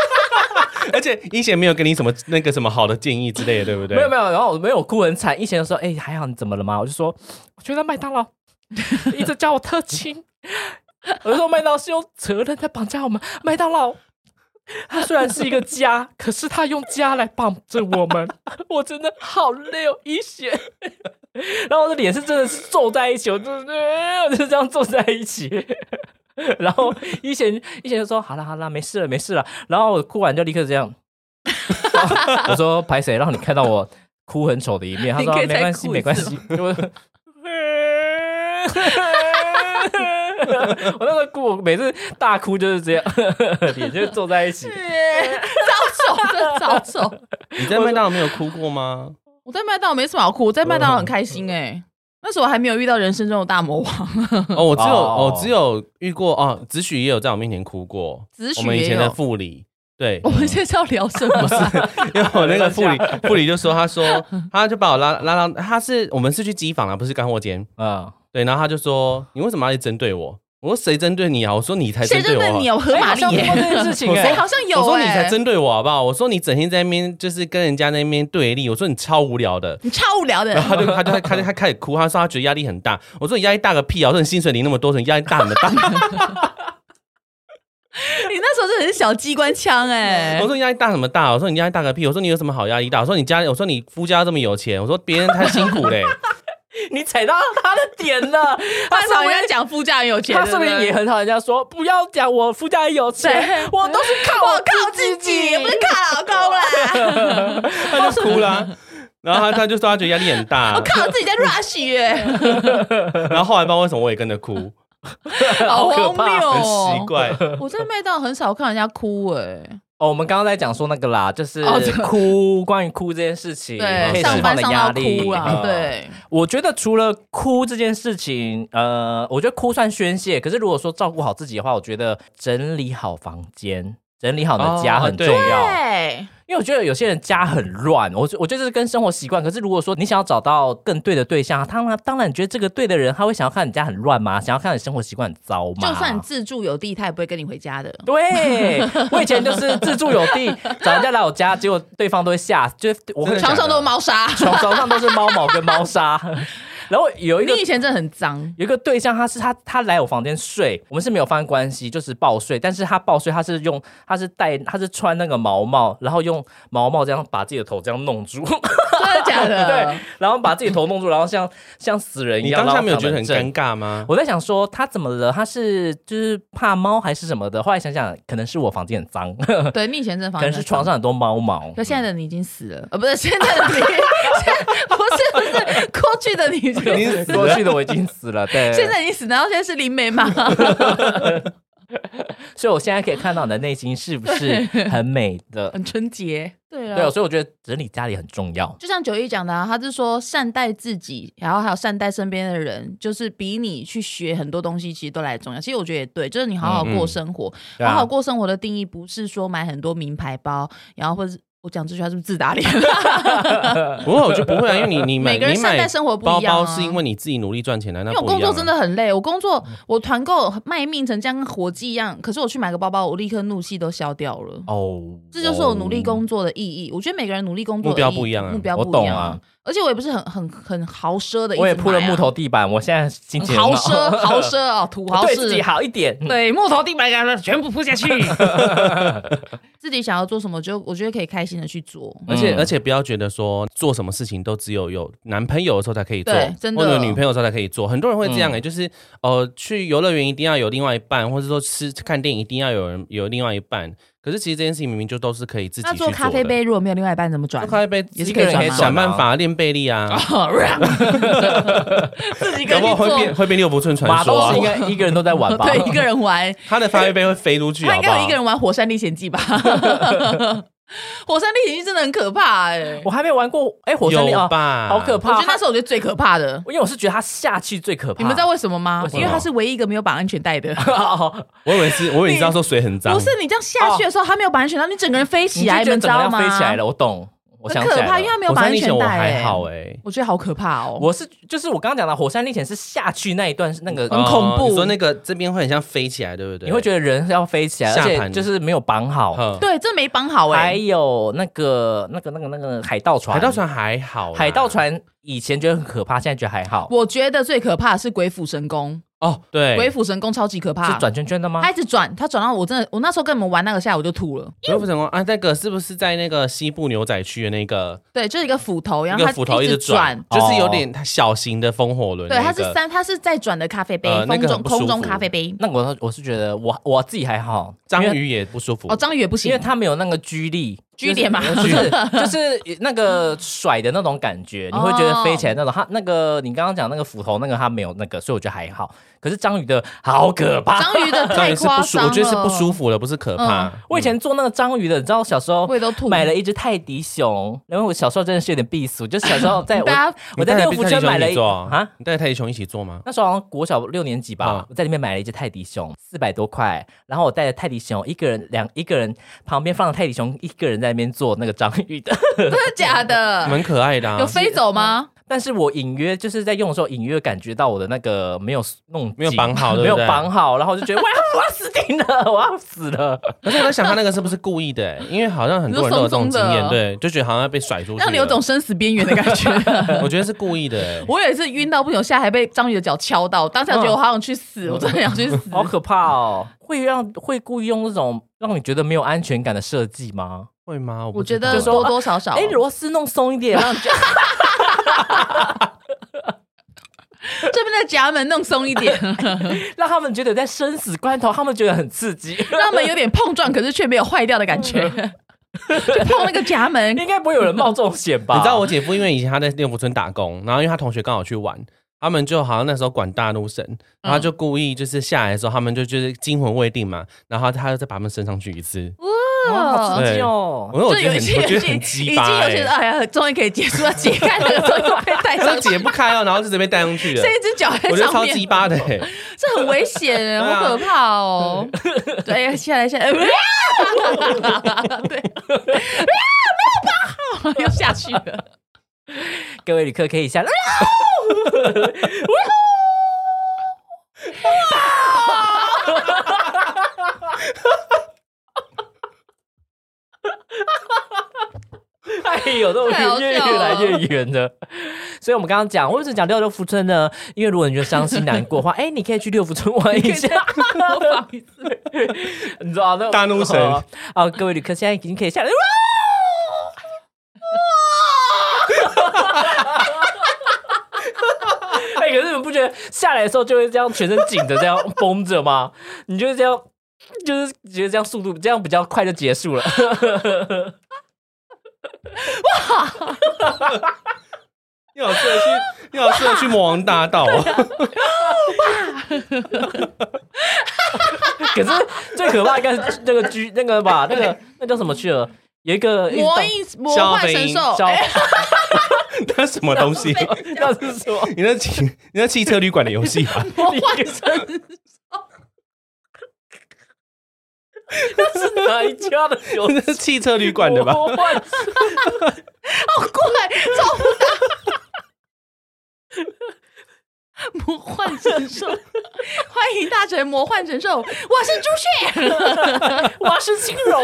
D: 而且一贤没有给你什么那个什么好的建议之类的，对不对？
F: 没有没有，然后我没有哭很惨，一贤就说，哎、还好你怎么了吗？我就说，我觉得麦 当劳一直叫我特勤，我就说麦当劳是用责任在绑架我们，麦当劳。它虽然是一个家，可是它用家来绑着我们，我真的好累哦，一贤。呃然后我的脸是真的是皱在一起，我就是、我就这样皱在一起。 然后一贤一贤就说：“好啦好啦，没事了没事了。”然后我哭完就立刻这样， 然后我说：“排谁让你看到我哭很丑的一面？”他说：“
E: 你可以
F: 没
E: 再
F: 关系
E: 哭
F: 没
E: 一
F: 关
E: 次
F: 系。” 我我那时候哭，我每次大哭就是这样，脸就皱在一起。
E: 招手，真的招手。
D: 你在麦当劳没有哭过 吗？
E: 我在麦当劳没什么好哭，我在麦当劳很开心哎、那时候还没有遇到人生中的大魔王，
D: 哦，我只有
F: 哦
D: 我只有遇过哦，子许也有在我面前哭过，
E: 子许
D: 我们以
E: 也
D: 前的
E: 有
D: 副理，对
E: 我，们现在要聊什么？
D: 因为我那个 副理
F: 啊
D: 副理就说，他说他就把我拉拉到，他是我们是去机房啊，不是干货间，
F: 嗯，
D: 对，然后他就说你为什么要一直针对我？我说谁针对你啊？我说你才
E: 谁
D: 针
E: 针
D: 我
E: 对
D: 啊，
E: 你啊？我河
F: 哎
E: 马
F: 好像
E: 力
F: 做
E: 耶、
F: 这件事 情
D: 我
E: 哎、
D: 说
F: 哎，
E: 好像有、哎
D: 我说你才针对我好不好？我说你整天在那边就是跟人家那边对立，我说你超无聊的。
E: 你超无聊的
D: 然。后他就他就他就他开始哭，他说他觉得压力很大。我说你压力大个屁啊！我说你薪水领那么多，你压力大什么 大？
E: 你那时候真的是小机关枪哎、
D: 我说你压力大什么大？我说你压力大个屁！我说你有什么好压力大？我说你家我说你夫家这么有钱，我说别人太辛苦嘞、
F: 你踩到他的点了，
E: 他
F: 他上
E: 常
F: 面
E: 人家讲副驾很有钱，
F: 他是不
E: 对
F: 是也
E: 对
F: 很讨厌人家说不要讲我夫家有钱
E: 对，
F: 我都是靠
E: 我
F: 靠
E: 靠自己，不是靠老公啦，
D: 他就哭啦、然后他他就说他觉得压力很大
E: 我，靠自己在 rush 耶、
D: 然后后来不知道为什么我也跟着哭，
E: 好
F: 可
E: 荒
F: 怕
E: 谬、
D: 很
E: 哦，
D: 奇怪。
E: 我在麦当劳很少看人家哭哎、
F: 哦，我们刚刚在讲说那个啦，就是
E: 哦这个
F: 哭，关于哭这件事情，可
E: 对，
F: 以
E: 上
F: 释放
E: 班
F: 的
E: 上
F: 压
E: 到
F: 力
E: 哭啦，。
F: 嗯
E: 对，
F: 我觉得除了哭这件事情，呃，我觉得哭算宣泄，可是如果说照顾好自己的话，我觉得整理好房间。整理好你的家
D: 哦
F: 很重
D: 对
F: 要，
E: 对，
F: 因为我觉得有些人家很乱，我我觉得这是跟生活习惯。可是如果说你想要找到更对的对象，当然当然，你觉得这个对的人，他会想要看你家很乱吗？想要看你生活习惯很糟吗？
E: 就算你自助有地，他也不会跟你回家的。
F: 对，我以前就是自助有地，找人家来我家，结果对方都会吓，就是我会
E: 床上都有猫砂，
F: 床床上都是猫毛跟猫砂，然后有一
E: 你
F: 个。
E: 以前真的很脏。
F: 有一个对象，他是他他来我房间睡，我们是没有发生关系，就是抱睡。但是他抱睡，他是用他是戴他是穿那个毛毛，然后用毛毛这样把自己的头这样弄住，
E: 真的假的？
F: 对，然后把自己头弄住，然后像像死人一
D: 嗯你
F: 样。
D: 当下没有
F: 然后
D: 觉得很
F: 躺正
D: 尴尬吗？
F: 我在想说他怎么了？他是就是怕猫还是什么的？后来想想，可能是我房间很脏，
E: 对，你以前真的房
F: 可
E: 间
F: 能是床上很多猫毛
E: 很脏。。可现在的你已经死了，呃，不是现在的你，现不是不是过去的你已经死了，
F: 过去的我已经死了，对。
E: 现在已经死了，然后现在是灵媒嘛？
F: 所以我现在可以看到你的内心是不是很美的？
E: 很纯洁，对
F: 对，
E: 啊。
F: 所以我觉得整理家里很重要。
E: 就像九一讲的、啊，他是说善待自己，然后还有善待身边的人，就是比你去学很多东西，其实都来得重要。其实我觉得也对，就是你好好过生活，
F: 对啊
E: 好好过生活的定义不是说买很多名牌包，然后或者我讲这句话是不是自打脸？
D: 不过我觉得不会啊，因为你你买
E: 每个人
D: 你
E: 善
D: 买
E: 待生活不
D: 包
E: 一样啊
D: 包是因为你自己努力赚钱的，那
E: 因为我
D: 不一
E: 工
D: 样
E: 作
D: 啊嗯
E: 真的很累，我工作我团购卖命成这样，跟火鸡一样。可是我去买个包包，我立刻怒气都消掉了。
F: 哦，
E: 这就是我努力工作的意义。我觉得每个人努力工作的
D: 哦目标
E: 意义
D: 不一样啊
E: 目标
F: 我
E: 不一
F: 懂
E: 样
F: 啊。
E: 而且我也不是很很很豪奢的，
F: 我也铺了木头，地板，我现在心情很
E: 啊豪
F: 好
E: 奢豪奢 哦，土豪
F: 对自己
E: 式。
F: 好一点。
E: 对，木头地板给它全部铺 下去。自己想要做什么，就我觉得可以开心的去做。
D: 而且、
F: 嗯
D: 而且不要觉得说做什么事情都只有有男朋友的时候才可以做
E: 对，真的
D: 或者有女朋友的时候才可以做。很多人会这样哎、就是呃，去游乐园一定要有另外一半，或者说吃看电影一定要有人有另外一半。可是其实这件事情明明就都是可以自己
E: 那
D: 去
E: 做
D: 的。
E: 咖啡杯，如果没有另外一半，怎么转
D: 做？咖啡杯
E: 也是
D: 一个人
E: 可以转吗
D: 想办法练贝利啊，
E: 自己一个
D: 搞
E: 人
D: 不
E: 去
D: 好会变
E: 做，
D: 会变六不顺传
F: 马
D: 说
F: 东
D: 啊
F: 是应。该一个人都在玩 吧？
E: 对，一个人玩。
D: 他的咖啡杯会飞出去，
E: 他
D: 好
E: 应
D: 不
E: 该有
D: 好
E: 一个？人玩《火山历险记》吧？ 火山历险记真的很可怕哎、
F: 我还没玩过，哎，火
E: 哦
F: 山力
D: 有
F: 啊，
D: 吧？
F: 好可
E: 我觉
F: 怕
E: 得！那是我觉得最可怕的。
F: 因为我是觉得他下去最可怕。
E: 你们知 道为什么吗？
F: 为什么
E: 因为他是唯一一个没有绑安全带 的。
F: 道？
D: 我以 为是，我以为你知道说水很脏，
E: 不是你这样下去的时候，他没有绑安全带，你整个人飞起来，
F: 你
E: 你们知
F: 就觉得整个
E: 道
F: 要
E: 吗？
F: 飞起来了，我懂，我
E: 很
F: 想
E: 可
F: 起
E: 怕，
F: 来
E: 因为他
F: 了。
E: 没有
D: 我
E: 绑
D: 三
E: 安
D: 年前
E: 全
D: 我
E: 带、
D: 还
E: 哎
D: 好哎、
E: 我觉得好可怕哦。
F: 欸我是就是我刚刚讲的火山历险是下去那一段是那个，嗯
E: 很恐
D: 哦
E: 怖
D: 你说那个这边会很像飞起来，对不对？嗯
F: 你会觉得人是要飞起来，而
D: 下
F: 且
D: 盘
F: 就是没有绑好。
D: 得
E: 对，这没绑好
F: 还
E: 哎、
F: 有那个那个那个那个海
E: 哦
F: 盗船，
D: 海盗，船还好啦，
F: 海盗船以前觉得很可怕，现在觉得还好。
E: 我觉得最可怕的是鬼斧神工，
D: 哦，对，
E: 鬼斧神工超级可怕
F: 是，转圈圈的吗
E: 他？一直转，他转到我真的，我那时候跟你们玩那个下来我就吐了。
D: 鬼斧神工啊，那个是不是在那个西部牛仔区的那个
E: 对，就是一个斧头，然
D: 一
E: 后
D: 个
E: 它
D: 斧头
E: 一
D: 直
E: 转，哦
D: 就是有点小型的风火轮、那
E: 对，
D: 个
E: 它是三，它是在转的咖啡杯
D: 呃，那
E: 空
D: 个
E: 中
D: 很不舒服
E: 空中咖啡杯。
F: 那我我是觉得我我自己还好，因
D: 章
F: 为
D: 鱼也不舒服
E: 哦，。章鱼也不行，
F: 因为它没有那个居力，
E: 居点嘛
F: 就是 就是就是那个甩的那种感
E: 哦
F: 觉，你会觉得飞起来那种。它那个你刚刚讲那个斧头那个它没有那个，所以我觉得还好。可是章鱼的好可怕，
E: 章鱼的
D: 章
E: 太
D: 鱼是不
E: 夸
D: 舒，
E: 张了，嗯
D: 我觉得是不舒服的，不是可怕。
F: 我以前做那个章鱼的，你知道小时候
E: 我也都吐
F: 买了一只泰迪熊，然后我小时候真的是有点避俗，就是小时候在我
E: 大家
F: 我在六福
D: 你带
F: 村买了
D: 泰迪熊一起
F: 一
D: 做
F: 啊
D: 啊，，你带泰迪熊一起做 吗？
F: 那时候好像国小六年级吧，
D: 嗯
F: 我在里面买了一只泰迪熊，四百多块，然后我带着泰迪熊一个人两一个人旁边放了泰迪熊，一个人在那边做那个章鱼的，
E: 真的假的？
D: 蛮可爱的、啊，
E: 有飞走吗？
F: 但是我隐约就是在用的时候，隐约感觉到我的那个没有弄紧
D: 没有绑 好对不
F: 没
D: 对
F: 有绑好，然后我就觉得我 要我要死定了，我要死了。
D: 可是我在想，他那个是不是故意的、欸因为好像很多人都有这种经
E: 你说
D: 验，
E: 松松的哦
D: 对，就觉得好像要被甩出去了。
E: 让你有种生死边缘的感觉。
D: 我觉得是故意的、欸。
E: 我有一次晕到不行，我下来还被章鱼的脚敲到，当下觉得
D: 嗯
E: 我好想去死，我真的想去死。
F: 好可怕哦！会让会故意用那种让你觉得没有安全感的设计吗？
D: 会吗？不
E: 我觉
D: 知道
E: 得多多少少，
F: 哎、螺丝弄松一点，让你觉得
E: 这边的闸门弄松一 点，
F: 让他们觉得在生死关头，他们觉得很刺激。
E: 让门有点碰撞，可是却没有坏掉的感 觉。就碰那个闸门，
F: 应该不会有人冒这种险吧？
D: 你知道我姐夫，因为以前他在六福村打工，然后因为他同学刚好去玩，他们就好像那时候管大陆神，然后就故意就是下来的时候，他们就就是惊魂未定嘛，然后他又再把他们身上去一次。哎
F: 哇嗯好刺激哦！
D: 我
E: 哦就
D: 觉得
E: 有
D: 很
E: 一些
D: 我觉
E: 已
D: 得
E: 经
D: 很
E: 已经
D: 鸡巴、
E: 有些人
D: 欸，
E: 哎呀，终于可以结束了，解开那个终于被带上
D: 这
E: 去，
D: 解不开哦，然后就直接被带上去了
E: 剩。一只脚在
D: 我觉得
E: 上
D: 超
E: 面
D: 鸡，巴的、欸，
E: 这很危 险，欸
D: 啊
E: 好可怕哦！对，下来下 来，啊对，啊没有吧？又下去 了，
F: 各位旅客可以下来。哎呦，都
E: 太好笑
F: 越
E: 了
F: 越来越远了。所以，我们刚刚讲，为什么讲六六福村呢？因为如果你觉得伤心难过的话，哎、你可以去六福村玩一下。
E: 模仿一次
F: 你知道那
D: 大怒神
F: 哦哦各位旅客，现在已经可以下来。哇 哇！哎，可是你们不觉得下来的时候就会这样全身紧着，这样绷着吗？ 你就是这样，就是觉得这样速度这样比较快就结束了。
D: 你好适合去，你好适合去魔王大道、
E: 啊
D: 哦。
F: 可是最可怕应该是那个居那个吧，那个那叫什么去了？有一个
E: 魔印魔幻神兽，
F: 消，
D: 那什么东西？
F: 那是什么？
D: 你那汽你那汽车旅馆的游戏吧？
E: 魔幻神
F: 是哪一家的酒？
D: 那是汽车旅馆的吧？
F: 魔幻
E: 怪，超不搭。魔幻神兽，欢迎大成魔幻神兽，我是朱雀。
F: 我是青龙。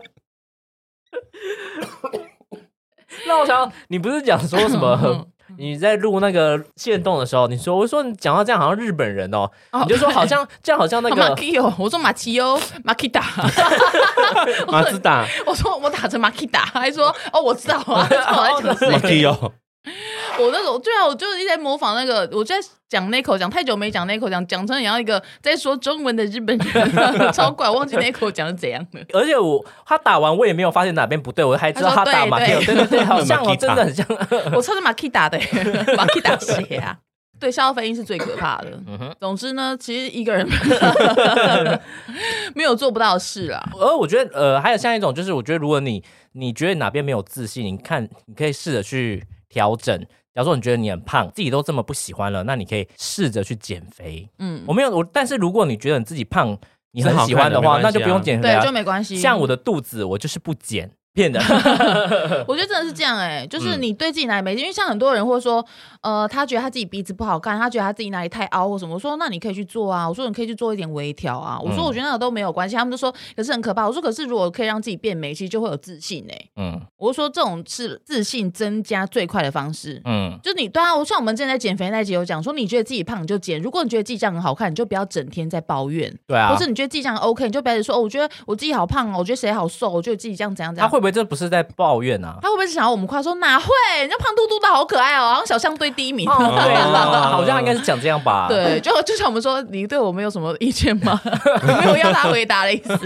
F: 那我想，你不是讲说什
E: 嗯
F: 么？你在录那个线动的时候，你说我说你讲到这样好像日本人哦，
E: 哦
F: 你就说好像这样好像那
E: 马
F: 个
E: k i o 哦我说马奇欧马 k i t a
D: 马自达，
E: 我说我打成马 k i t a 还说哦我知道啊，知道我在讲
D: 马 K 哦，
E: 我那种对啊，我就一直在模仿那个，我就在讲那口讲，太久没讲那口讲，讲成很像一个在说中文的日本人，超怪，忘记那口讲是怎样的。
F: 而且我他打完我也没有发现哪边不对，我还知道
E: 他
F: 他
E: 说
F: 打马
E: 对
F: 对对对对，好像哦，
D: Makita
F: 真的很像。
E: 我超是马 k i t a 的、马 k i t a 写啊。对，消费音是最可怕的。
F: 哼
E: 总之呢，其实一个人 没有做不到的事啦。
F: 而我觉得呃，还有像一种就是，我觉得如果你你觉得哪边没有自信，你看你可以试着去调整。假如说你觉得你很胖，自己都这么不喜欢了，那你可以试着去减肥。
E: 嗯
F: 我，没有我，但是如果你觉得你自己胖，你很
D: 是好
F: 喜欢
D: 看的
F: 的话，
D: 没关系啊
F: 那就不用减肥
E: 对，
F: 啊
E: 就。没关系。
F: 像我的肚子，我就是不减。骗 的，
E: 我觉得真的是这样哎、就是
F: 嗯
E: 你对自己哪里没劲，因为像很多人会说，呃，他觉得他自己鼻子不好看，他觉得他自己哪里太凹或什么。我说那你可以去做啊，我说你可以去做一点微调啊，我
F: 嗯
E: 说我觉得那个都没有关系。他们就说可是很可怕，我说可是如果可以让自己变美，其实就会有自信哎、
F: 嗯
E: 我就说这种是自信增加最快的方式。
F: 嗯
E: 就是你对啊，我像我们之前在减肥那集有讲说，你觉得自己胖你就减，如果你觉得自己这样很好看，你就不要整天在抱怨，
F: 对啊
E: 或是你觉得自己这样很 OK，你就不要一直说、哦，我觉得我自己好胖哦，我觉得谁好瘦，我觉得自己这样怎样怎
F: 他
E: 样。
F: 会不会这不是在抱怨啊？
E: 他会不会是想要我们夸说哪会？人家胖嘟嘟的好可爱哦，好像小象队第一名。
F: 哦，对啦，好像应该是讲这样吧？，
E: 对，就就像我们说，你对我们有什么意见吗？没有要他回答的意 思，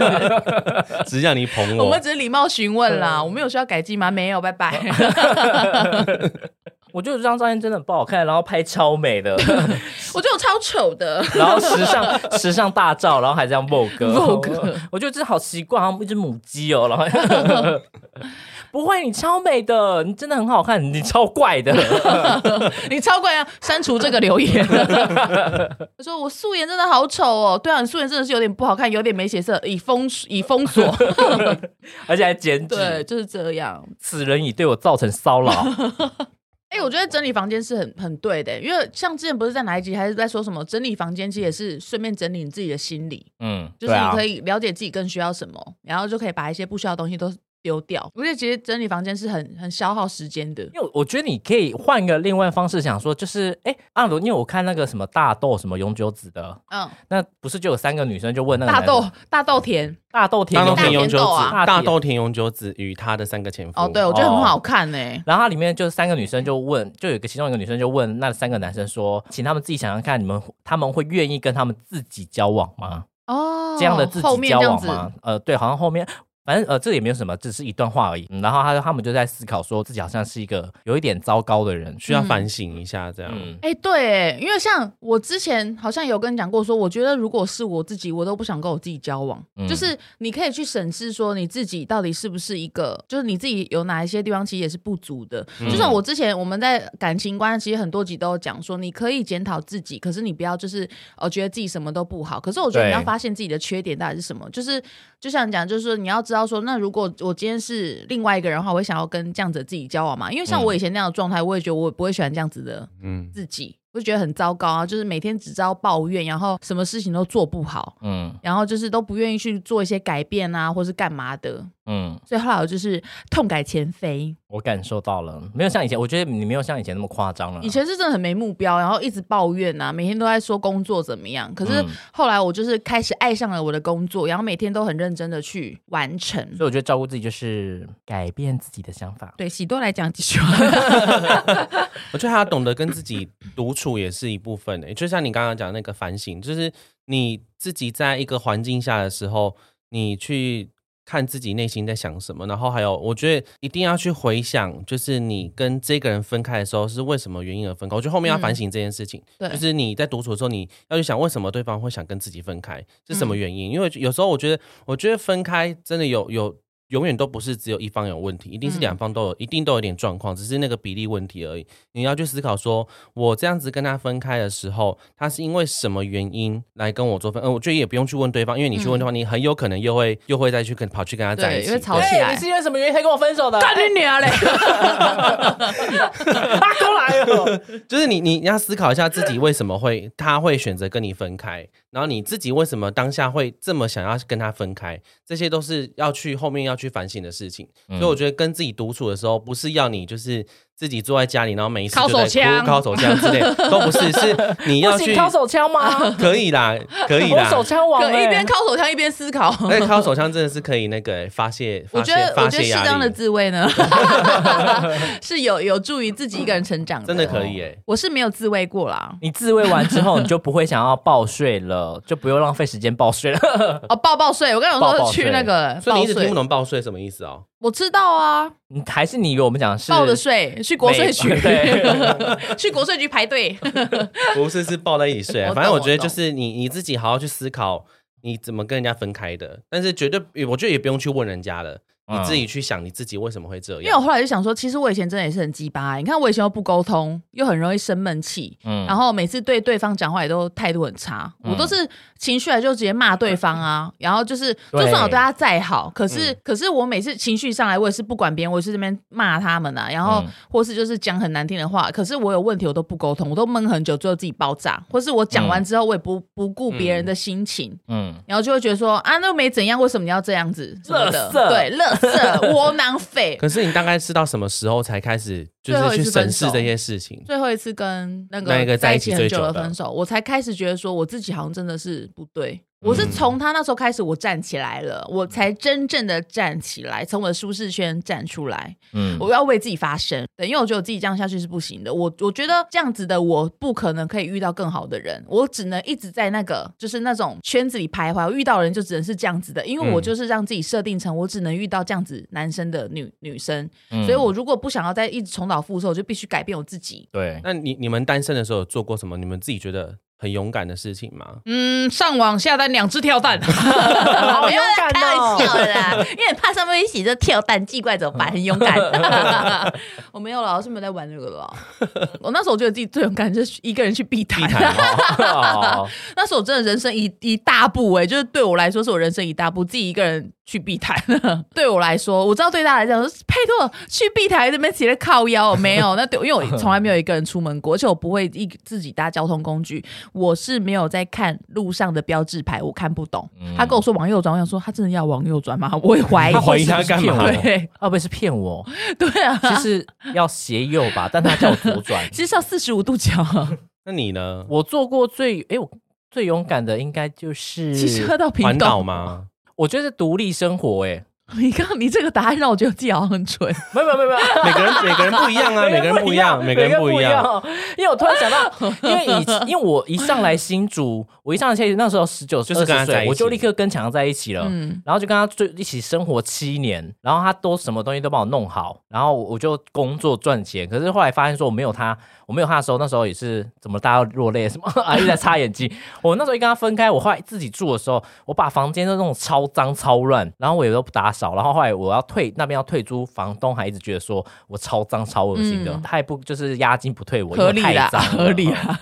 D: 只让你捧
E: 我
D: 我
E: 们。只是礼貌询问啦。我们有需要改进吗？没有，拜 拜。
F: 我觉得这张照片真的很不好看，然后拍超美的，
E: 我觉得我超丑的，
F: 然后时尚时尚大照，然后还这样 Vogue 哦
E: Vogue
F: 我觉得这好奇怪，好像一只母鸡哦，然后不会，你超美的，你真的很好看，你超怪的，
E: 你超过要删除这个留言。 他说我素颜真的好丑哦，对啊，你素颜真的是有点不好看，有点没血色，已封已封 锁。
F: 而且还减
E: 对，
F: 脂，
E: 就是这样。
F: 此人已对我造成骚扰，
E: 哎、我觉得整理房间是很很对的，因为像之前不是在哪一集还是在说什么整理房间，其实也是顺便整理你自己的心理，
F: 嗯，
E: 就
F: 对
E: 是你
F: 啊
E: 可，以了解自己更需要什么，然后就可以把一些不需要的东西都丢掉。我觉得其实整理房间是很很消耗时间的。
F: 因为我觉得你可以换一个另外方式想说，就是哎，阿罗，因为我看那个什么大豆什么永久子的，
E: 嗯，
F: 那不是就有三个女生就问那个
E: 大
F: 男的
E: 豆大豆田
F: 大豆田
D: 大豆
F: 永久
D: 田永久
E: 大豆啊
D: 子，大
F: 大豆
D: 豆田永久子与他的三个前夫。
E: 哦，对，我觉得很好看欸呢、
F: 然后它里面就是三个女生就问，就有一个其中一个女生就问那三个男生说，请他们自己想想看，你们他们会愿意跟他们自己交往吗？
E: 哦，
F: 这样的自
E: 后
F: 己
E: 面
F: 交
E: 这样
F: 往
E: 子，
F: 吗？呃，对，好像后面。反正呃，这也没有什么，只是一段话而已。嗯、然后他他们就在思考，说自己好像是一个有一点糟糕的人。
D: 需要反省一下，这样。
F: 嗯，
E: 哎、对欸，因为像我之前好像有跟你讲过说我觉得如果是我自己，我都不想跟我自己交往。
F: 嗯
E: 就是你可以去审视说你自己到底是不是一个，就是你自己有哪一些地方其实也是不足的。就
F: 嗯
E: 像我之前我们在感情观，其实很多集都有讲说，你可以检讨自己，可是你不要就是呃觉得自己什么都不好。可是我觉得你要
F: 对
E: 发现自己的缺点到底是什么，就是就像你讲，就是说你要知道说，那如果我今天是另外一个人的话，我会想要跟这样子的自己交往嘛？因为像我以前那样的状态，我也觉得我不会喜欢这样子的
D: 嗯，
E: 自己，我就觉得很糟糕啊，就是每天只知道抱怨，然后什么事情都做不好，
F: 嗯
E: 然后就是都不愿意去做一些改变啊，或是干嘛的。
F: 嗯，
E: 所以后来我就是痛改前非，
F: 我感受到了，没有像以前，我觉得你没有像以前那么夸张了。啊
E: 以前是真的很没目标，然后一直抱怨啊，每天都在说工作怎么样。可是
F: 嗯
E: 后来我就是开始爱上了我的工作，然后每天都很认真的去完成
F: 所以。我觉得照顾自己就是改变自己的想法。
E: 对喜多来讲几句话，
D: 我觉得他懂得跟自己独处也是一部分的、就像你刚刚讲那个反省，就是你自己在一个环境下的时候，你去看自己内心在想什么，然后还有，我觉得一定要去回想，就是你跟这个人分开的时候是为什么原因而分开。我觉得后面要反省这件事情，
E: 对
D: 就，是你在独处的时候，你要去想为什么对方会想跟自己分开，是什么原因？因为有时候我觉得，我觉得分开真的有有。永远都不是只有一方有问题，一定是
E: 嗯
D: 两方都有，一定都有点状况，只是那个比例问题而已。你要去思考说，我这样子跟他分开的时候，他是因为什么原因来跟我做分？呃，我觉得也不用去问对方，因为你去问对方，你很有可能又会又会再去跟跑去跟他 在
E: 嗯对，
D: 一起。
E: 因为吵起
F: 哎
E: 来
F: 你是。因为什么原因才跟我分手的？
E: 干你娘 嘞！
F: 阿公来了，
D: 就是你你你要思考一下自己为什么会他会选择跟你分开，然后你自己为什么当下会这么想要跟他分开，这些都是要去后面要去反省的事情。所以我觉得跟自己独处的时候，不是要你就是自己坐在家里，然后没事
E: 靠
D: 就在
E: 手枪
D: 哭、靠手枪之类，都不是，是你
F: 不
D: 要
F: 行，
D: 去
F: 掏手枪 吗？
D: 可以啦，可以
F: 我
D: 啦。
F: 手枪王
E: 可
F: 欸
E: 一边靠手枪一边思考，
D: 那靠手枪真的是可以那个、欸发泄，
E: 我
D: 发
E: 觉
D: 泄
E: 得，我
D: 哎发
E: 觉得
D: 泄
E: 适
D: 压
E: 当的
D: 力，
E: 自慰 呢，是有有助于自己一个人成长的。
D: 真的可以哎、
E: 我是没有自慰过啦。
F: 你自慰完之后，你就不会想要报税了，就不用浪费时间报税了。
E: 哦，抱抱睡，我刚刚
F: 抱
E: 有
F: 抱
E: 说
F: 睡
E: 去那个
D: 所以你一直
E: 抱
D: 听不
E: 睡，
D: 懂报税什么意思哦？
E: 我知道啊，
F: 你还是你以为我们讲的是
E: 抱着睡去国税局
F: 美对，
E: 去国税局排队。
D: 不是，是抱在一起睡、啊。
E: 我
D: 反正
E: 懂
D: 我觉得
E: 我
D: 就
E: 懂
D: 是你你自己好好去思考你怎么跟人家分开的，但是绝对我觉得也不用去问人家了，
F: 嗯
D: 你自己去想你自己为什么会这
E: 因为我
D: 样。
E: 后来就想说，其实我以前真的也是很鸡巴、欸，你看我以前又不沟通，又很容易生闷气，
F: 嗯
E: 然后每次对对方讲话也都态度很差，我都是情绪来就直接骂对方啊，然后就是就
F: 对嗯
E: 算我对他再好，可是、可是我每次情绪上来，我也是不管别人，我也是这边骂他们啊，然后
F: 嗯
E: 或是就是讲很难听的话，可是我有问题我都不沟通，我都闷很久，最后自己爆炸，或是我讲完之后我也不不顾别人的心情，
F: 嗯，
E: 然后就会觉得说啊，那没怎样，为什么你要这样子什么的？
F: 垃圾
E: 对，垃圾窝囊 废。
D: 可是你大概是到什么时候才开始，就
E: 最后一
D: 是
E: 次
D: 去审
E: 分
D: 视
E: 手
D: 这些事情？
E: 最后一次跟那
D: 那一
E: 个
D: 个在
E: 一
D: 一
E: 起
D: 起
E: 很
D: 最
E: 久
D: 久的
E: 的分手，我才开始觉得说我自己好像真的是不对。我是从他那时候开始，我站起来了，我才真正的站起来，从我的舒适圈站出来。
F: 嗯
E: 我要为自己发声，对，因为我觉得我自己这样下去是不行的。我我觉得这样子的我不可能可以遇到更好的人，我只能一直在那个就是那种圈子里徘徊。我遇到的人就只能是这样子的，因为我就是让自己设定成我只能遇到这样子男生的女女生，所以我如果不想要再一直重蹈覆辙，我就必须改变我自己。
F: 对，
D: 那你你们单身的时候有做过什么？你们自己觉得很勇敢的事情吗？
E: 嗯，上网下单两只跳蛋， 好
H: 勇敢哦
E: 开玩笑的 啦，因为怕上面一起就跳蛋寄过来怎么办？很勇敢。 我没有了，我是没有在玩这个了啦。我那时候我觉得自己最勇敢就是一个人去避谈，
F: 哦
E: 那时候我真的人生一一大步哎、就是对我来说是我人生一大步，自己一个人去避谈。 对我来说，我知道对大家来讲，佩托去避谈这边起来靠腰没有？那对，因为我从来没有一个人出门过，而且我不会一自己搭交通工具，我是没有在看路上的标志牌，我看不懂。他跟我说往右转，我想说他真的要往右转吗？ 我也怀疑，
D: 嗯他怀疑他干嘛
E: 对
F: 哦会不会是骗我？
E: 对啊，
F: 其实要斜右吧，但他叫我左转。
E: 其实是要四十五度角，
D: 那你呢？
F: 我做过最哎、我最勇敢的应该就 是，
E: 骑车到
D: 环
E: 屏
D: 岛
E: 东。
D: 吗？
F: 我觉得是独立生活哎、
E: 你刚刚你这个答案让我觉得自己好像很蠢。
F: 没有没有没有没有。
D: 每个人每个人不一样啊，每个人不一 样，每个人不一样。
F: 哦。因为我突然想到，因为以因为我一上来新竹，我一上来新竹那时候十九
D: 就是跟他
F: 20
D: 在一
F: 岁，
D: 起
F: 我就立刻跟强在一起了。
E: 嗯，
F: 然后就跟他就一起生活七年，然后他都什么东西都帮我弄好，然后我就工作赚钱。可是后来发现说我没有他，我没有他的时候，那时候也是怎么大家落泪什么， 啊一直在擦眼睛。我那时候一跟他分开，我后来自己住的时候，我把房间都弄得超脏超乱，然后我也都不打扫，然后后来我要退那边要退租，房东还一直觉得说我超脏超恶心的，
E: 嗯
F: 他也不就是押金不退我，因为
E: 合理啦
F: 太脏，了
E: 合理啦。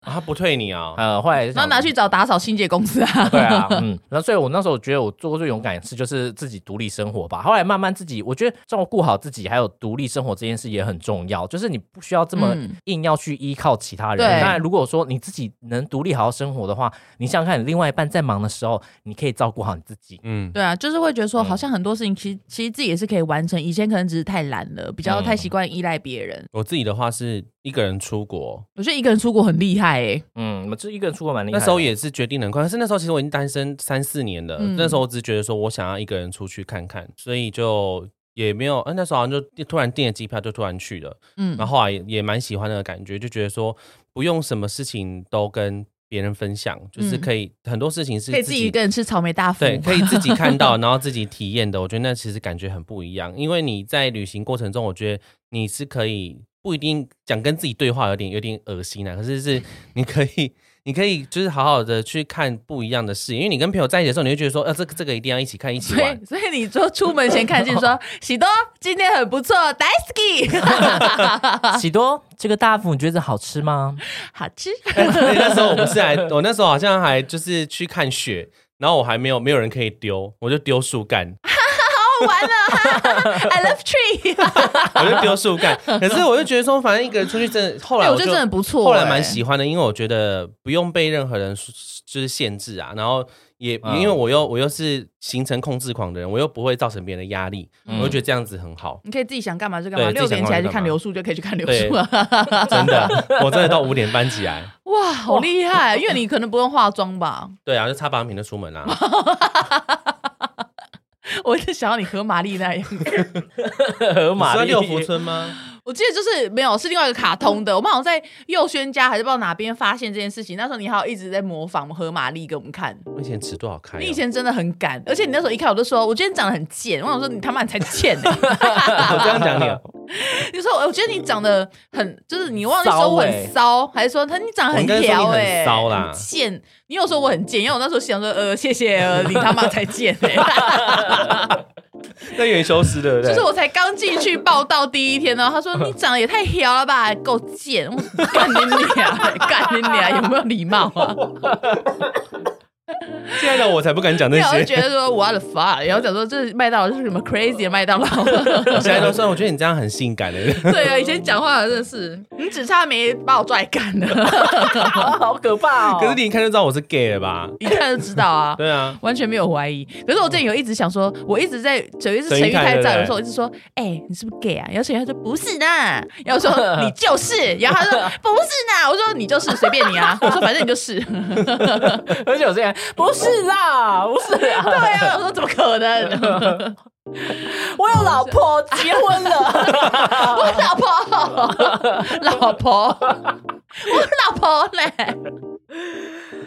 D: 啊，他不退你啊？
F: 呃，后来就
E: 然
F: 想
E: 后拿去找打扫清洁公司啊。
F: 对 啊，嗯，然后所以我那时候觉得我做过最勇敢的事就是自己独立生活吧。后来慢慢自己，我觉得照顾好自己还有独立生活这件事也很重要，就是你不需要这么
E: 嗯
F: 硬要去依靠其他人。
E: 对
F: 当然，如果说你自己能独立好好生活的话，你想想看，你另外一半在忙的时候，你可以照顾好你自己。
D: 嗯，
E: 对啊，就是会觉得说，
F: 嗯
E: 好像很多事情其实其实自己也是可以完成。以前可能只是太懒了，比较
F: 嗯
E: 太习惯依赖别人。
D: 我自己的话是一个人出国，
E: 我觉得一个人出国很厉害欸诶、
F: 嗯，我们这一个人出国蛮厉害
D: 那
F: 的。
D: 时候也是决定得很快，可是那时候其实我已经单身三四年了。
E: 嗯
D: 那时候我只是觉得说我想要一个人出去看看，所以就也没有，呃、那时候好像就突然订了机票，就突然去了。
E: 嗯
D: 然，后后来也也蛮喜欢那个感觉，就觉得说不用什么事情都跟别人分享，就是
E: 嗯
D: 可以、很多事情是
E: 可以自己一个人吃草莓大福。
D: 对，可以自己看到，然后自己体验的，我觉得那其实感觉很不一样。因为你在旅行过程中，我觉得你是可以不一定讲跟自己对话，有点有点恶心啊。可是是你可以，你可以就是好好的去看不一样的事，因为你跟朋友在一起的时候，你会觉得说，呃，这个这个一定要一起看，一起
E: 所
D: 玩
E: 以，。所以你就出门前看见 说，喜多今天很不错，Daisy
F: 啊喜多这个大福，你觉得好吃吗？
E: 好吃。
D: 所以那时候我不是还，我那时候好像还就是去看雪，然后我还没有没有人可以丢，我就丢树干，
E: 完了啊，I love tree。
D: 我就丢树干。可是我就觉得说，反正一个人出去真的，后来
E: 哎我
D: 我
E: 觉
D: 就
E: 得真的不错、。
D: 后来蛮。喜欢的，因为我觉得不用被任何人就是限制啊，然后也
F: 嗯
D: 因为我又我又是行程控制狂的人，我又不会造成别人的压力，我就觉得这样子很好
E: 你可以自己想干嘛就干嘛，
D: 对
E: 六点起来去看
D: 自己想干嘛就干嘛
E: 流啊速就可以去看流速了。
D: 真的，我真的到五点半起来，
E: 哇，好厉害！啊因为你可能不用化妆吧？
D: 对啊，就擦保养品就出门 啦、
E: 我就想要你和玛丽那样。
F: 河
D: 你
F: 马
D: 知道
F: 力
D: 六福村吗？
E: 我记得就是没有，是另外一个卡通的。我们好像在佑轩家还是不知道哪边发现这件事情。那时候你还有一直在模仿河马力给我们看，
D: 我以前尺度好开、哦
E: 你以前真的很敢，而且你那时候一看我就说，我今天长得很贱。我想说你他妈你才贱、欸！
D: 我这样讲你 哦，
E: 你说我觉得你长得很，就是你忘记说我很骚，还是说他你长得很
D: 欸我应该
E: 挑
D: 说你
E: 哎、
D: 很骚啦
E: 很贱。欸 你有说我很贱，因为我那时候想说呃谢谢呃你他妈才贱哎、
D: 那元修师对不对？
E: 就是我才刚进去报道第一天呢，他说你长得也太屌了 吧，够贱！我干你俩，干你俩，有没有礼貌啊？
D: 现在的我才不敢讲那
E: 对啊，我就
D: 些。
E: 觉得说 what the fuck，然后讲说这是麦当劳这是什么 crazy 的麦当劳？
D: 现在都说，我觉得你这样很性 感的。
E: 对啊，以前讲话真的是，你只差没把我拽干了，
F: 好可怕哦！
D: 可是你一看就知道我是 gay 了吧？
E: 一看就知道啊。
D: 对啊，
E: 完全没有怀疑。
F: 嗯
E: 可是我之前有一直想说，我一直在有一次陈玉泰在的时候，我一直说，哎、你是不是 gay 啊？然后陈玉泰说不是呢，然后我 说你就是，然后他说不是呢，我说你就是随便你 啊，我说反正你就是，
F: 而且我之前不是啦，不是
E: 对
F: 啊，
E: 啊，我说怎么可 能？
F: 我有老婆，结婚了，
E: 我老婆， 老婆，我老婆 嘞，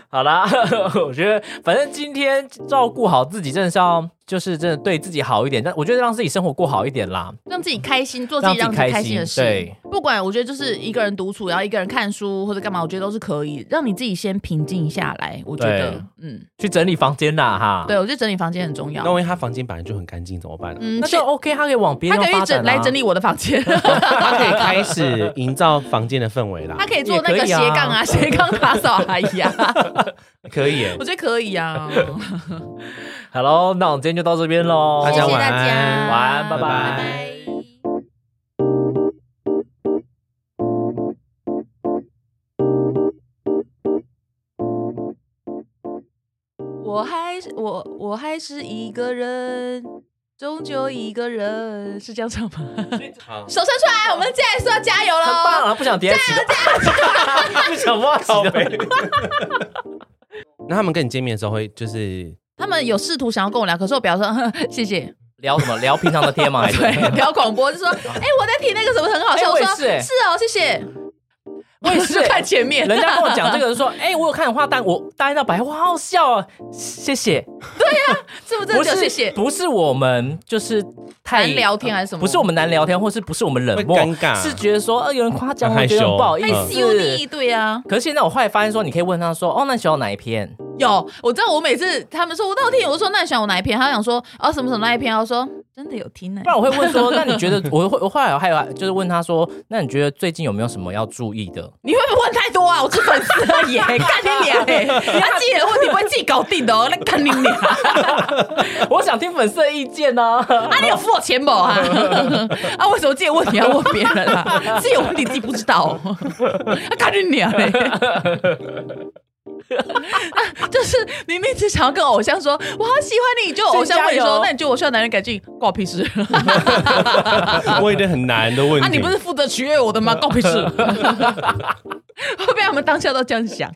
F: 好啦，
E: 嗯
F: 我觉得反正今天照顾好自己，真的是要就是真的对自己好一点，但我觉得让自己生活过好一点啦。
E: 让自己开心，做自己让
F: 让自
E: 自
F: 己
E: 己
F: 开
E: 开
F: 心
E: 心的事。
F: 对
E: 不管我觉得就是一个人独处，然后一个人看书或者干嘛，我觉得都是可以，让你自己先平静下来。我觉
F: 对
E: 得，嗯，
F: 去整理房间啦，哈，
E: 对，我觉得整理房间很重要
D: 那。万一他房间本来就很干净怎么办？啊
E: 嗯
F: 那就 OK，他可以往别
E: 他
F: 人
E: 可以
F: 发展、
E: 整
F: 啊
E: 来整
F: 理，
E: 理我的房间，
D: 他可以开始营造房间的氛围啦
E: 他。可以做那个斜杠啊，斜杠打扫阿姨啊，
D: 可以耶，
E: 我觉得可以啊。
F: 好喽，那我们今天就到这边喽，
D: 大家
E: 谢谢
D: 晚安
E: 大家
F: 晚安拜拜
E: 拜拜我还是我我还是一个人，终究一个人，是这样唱吗？
D: 好
E: 手伸出来，我们接下来是要加油
F: 很棒
E: 喽！
F: 啊，不想叠起了， 不想忘记
D: 靠
F: 了
D: 北。 那他们跟你见面的时候会 就是
E: 他们有试图想要跟我聊，可是我表示呵呵 谢谢。
F: 聊什么？聊平常的天吗？还是
E: 对，聊广播就 说，哎、我在听那个什么很好
F: 哎
E: 笑，
F: 我也
E: 说
F: 是哎
E: 哦，谢谢。
F: 我也是
E: 就看前面，
F: 人家跟我讲这个人说，哎、我有看你画单，我答应到白花，好好笑啊，谢谢。
E: 是不是
F: 不
E: 真的
F: 是
E: 有谢谢？
F: 不是我们就是太呃
E: 难聊天还是什么
F: 不是我们难聊天，或是不是我们冷漠，
D: 会尴尬
F: 是觉得说，呃，有人夸奖
D: 很
F: 我，
D: 害
F: 觉得很
D: 羞
F: 不好意
E: 太
D: 嗯
E: 羞
F: 思
E: 腻，。对啊，
F: 可是现在我后来发现说，你可以问他说，哦，那你喜欢我哪一篇？
E: 有我知道，我每次他们说我到底听，我就说那你想我哪一篇？他想说哦什么什么那一篇，我说真的有听呢、
F: 不然我会问说，那你觉得我会我后来还有就是问他说，那你觉得最近有没有什么要注意的？
E: 你会不会问太多啊？我是粉丝而已、 干你娘、欸！ 你要自己的问题不会自己搞定的哦，那干你娘！
F: 我想听粉丝的意见呢、
E: 啊，你有付我钱不啊？啊，为什么自己的问题要问别人啊？自己有问题自己不知道、哦，啊，干你娘嘞！啊就是明明只想要跟偶像说我好喜欢你，就偶像问你
F: 加油
E: 说，那你觉得我需要男人改进？关我屁事！
D: 问一堆很难的问题，
E: 啊，你不是负责取悦我的吗？关我屁事！ 会被他们当下都这样想。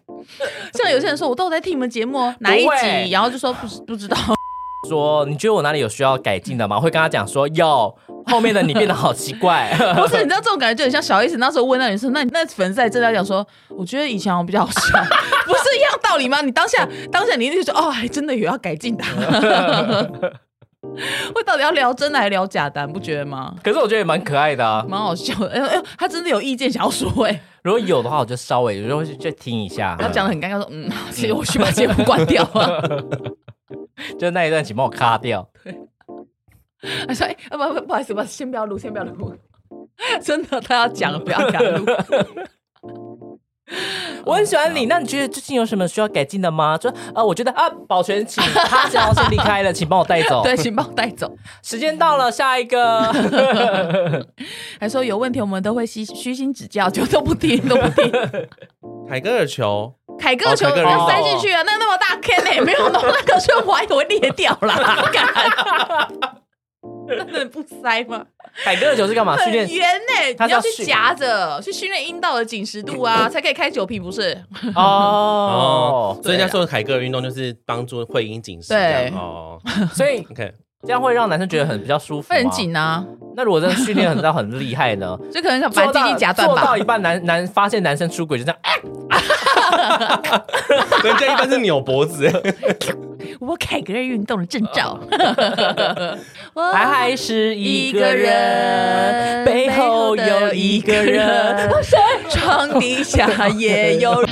E: 像有些人说，我都有在听你们节目哦，哪一
F: 不会
E: 集？然后就说不知不知道。
F: 说你觉得我哪里有需要改进的吗？我会跟他讲说，有后面的你变得好奇怪。
E: 不是，你知道这种感觉就很像小 S 那时候问那女生，那那粉丝在真的讲说，我觉得以前我比较好笑， 不是一样道理吗？你当下 当下你一定说，哦，还真的有要改进的。 我到底要聊真的还是聊假的，你不觉得吗？
F: 可是我觉得也蛮可爱的啊。
E: 蛮好笑的，哎呦哎呦，他真的有意见想要说、哎，
F: 如果有的话，我就稍微有时候会去听一下。
E: 他讲的很尴尬，说，嗯，所以我去把节目关掉啊了。
F: 就那一段，请帮我卡掉。
E: 他说，哎、啊不不不好意思，不好意思，先不要录，先不要录。真的，他要讲，不要给他录。
F: 我很喜欢你，那你觉得最近有什么需要改进的吗？就呃，我觉得啊，保全请他想要先离开了，请帮我带 走。
E: 对，，请帮我带走。
F: 时间到了，下一 个。
E: 还说有问题我们都会虚虚心指教，就都不听，都不听。
D: 凯格尔球？
E: 凯哥的球
D: 哦凯哥的
E: 要
F: 球
E: 塞进去啊，那个那么大坑呢、没有弄那个圈，我还以为裂掉 了，干。那能不塞吗？
F: 凯哥的球是干嘛？啊训
E: 很
F: 练
E: 圆呢、
F: 他
E: 你
F: 是要
E: 要去
F: 训
E: 夹着，去训练阴道的紧实度啊，才可以开酒瓶，不是？
F: 哦
D: 哦，，所以人家说凯格尔运动就是帮助会阴紧实。
E: 啊对
D: 这样哦
F: 所以
D: ，OK，
F: 这样会让男生觉得很比较舒服。
E: 会很。紧啊，
F: 那如果真的训练很到很厉害呢？
E: 就可能 想把
F: 做
E: 鸡
F: 到
E: 鸡夹断
F: 做到
E: 吧
F: 一。半男男发现男生出轨就这样，哎，
D: 人家一般是扭脖子，
E: 我凯格尔运动的证 照，我
F: 还还是
E: 啊
F: 一
E: 一
F: 个
E: 个
F: 人，
E: 人，
F: 背
E: 背
F: 后
E: 后
F: 有
E: 有
F: 一
E: 一
F: 个
E: 个
F: 人
E: 人。，床底下也有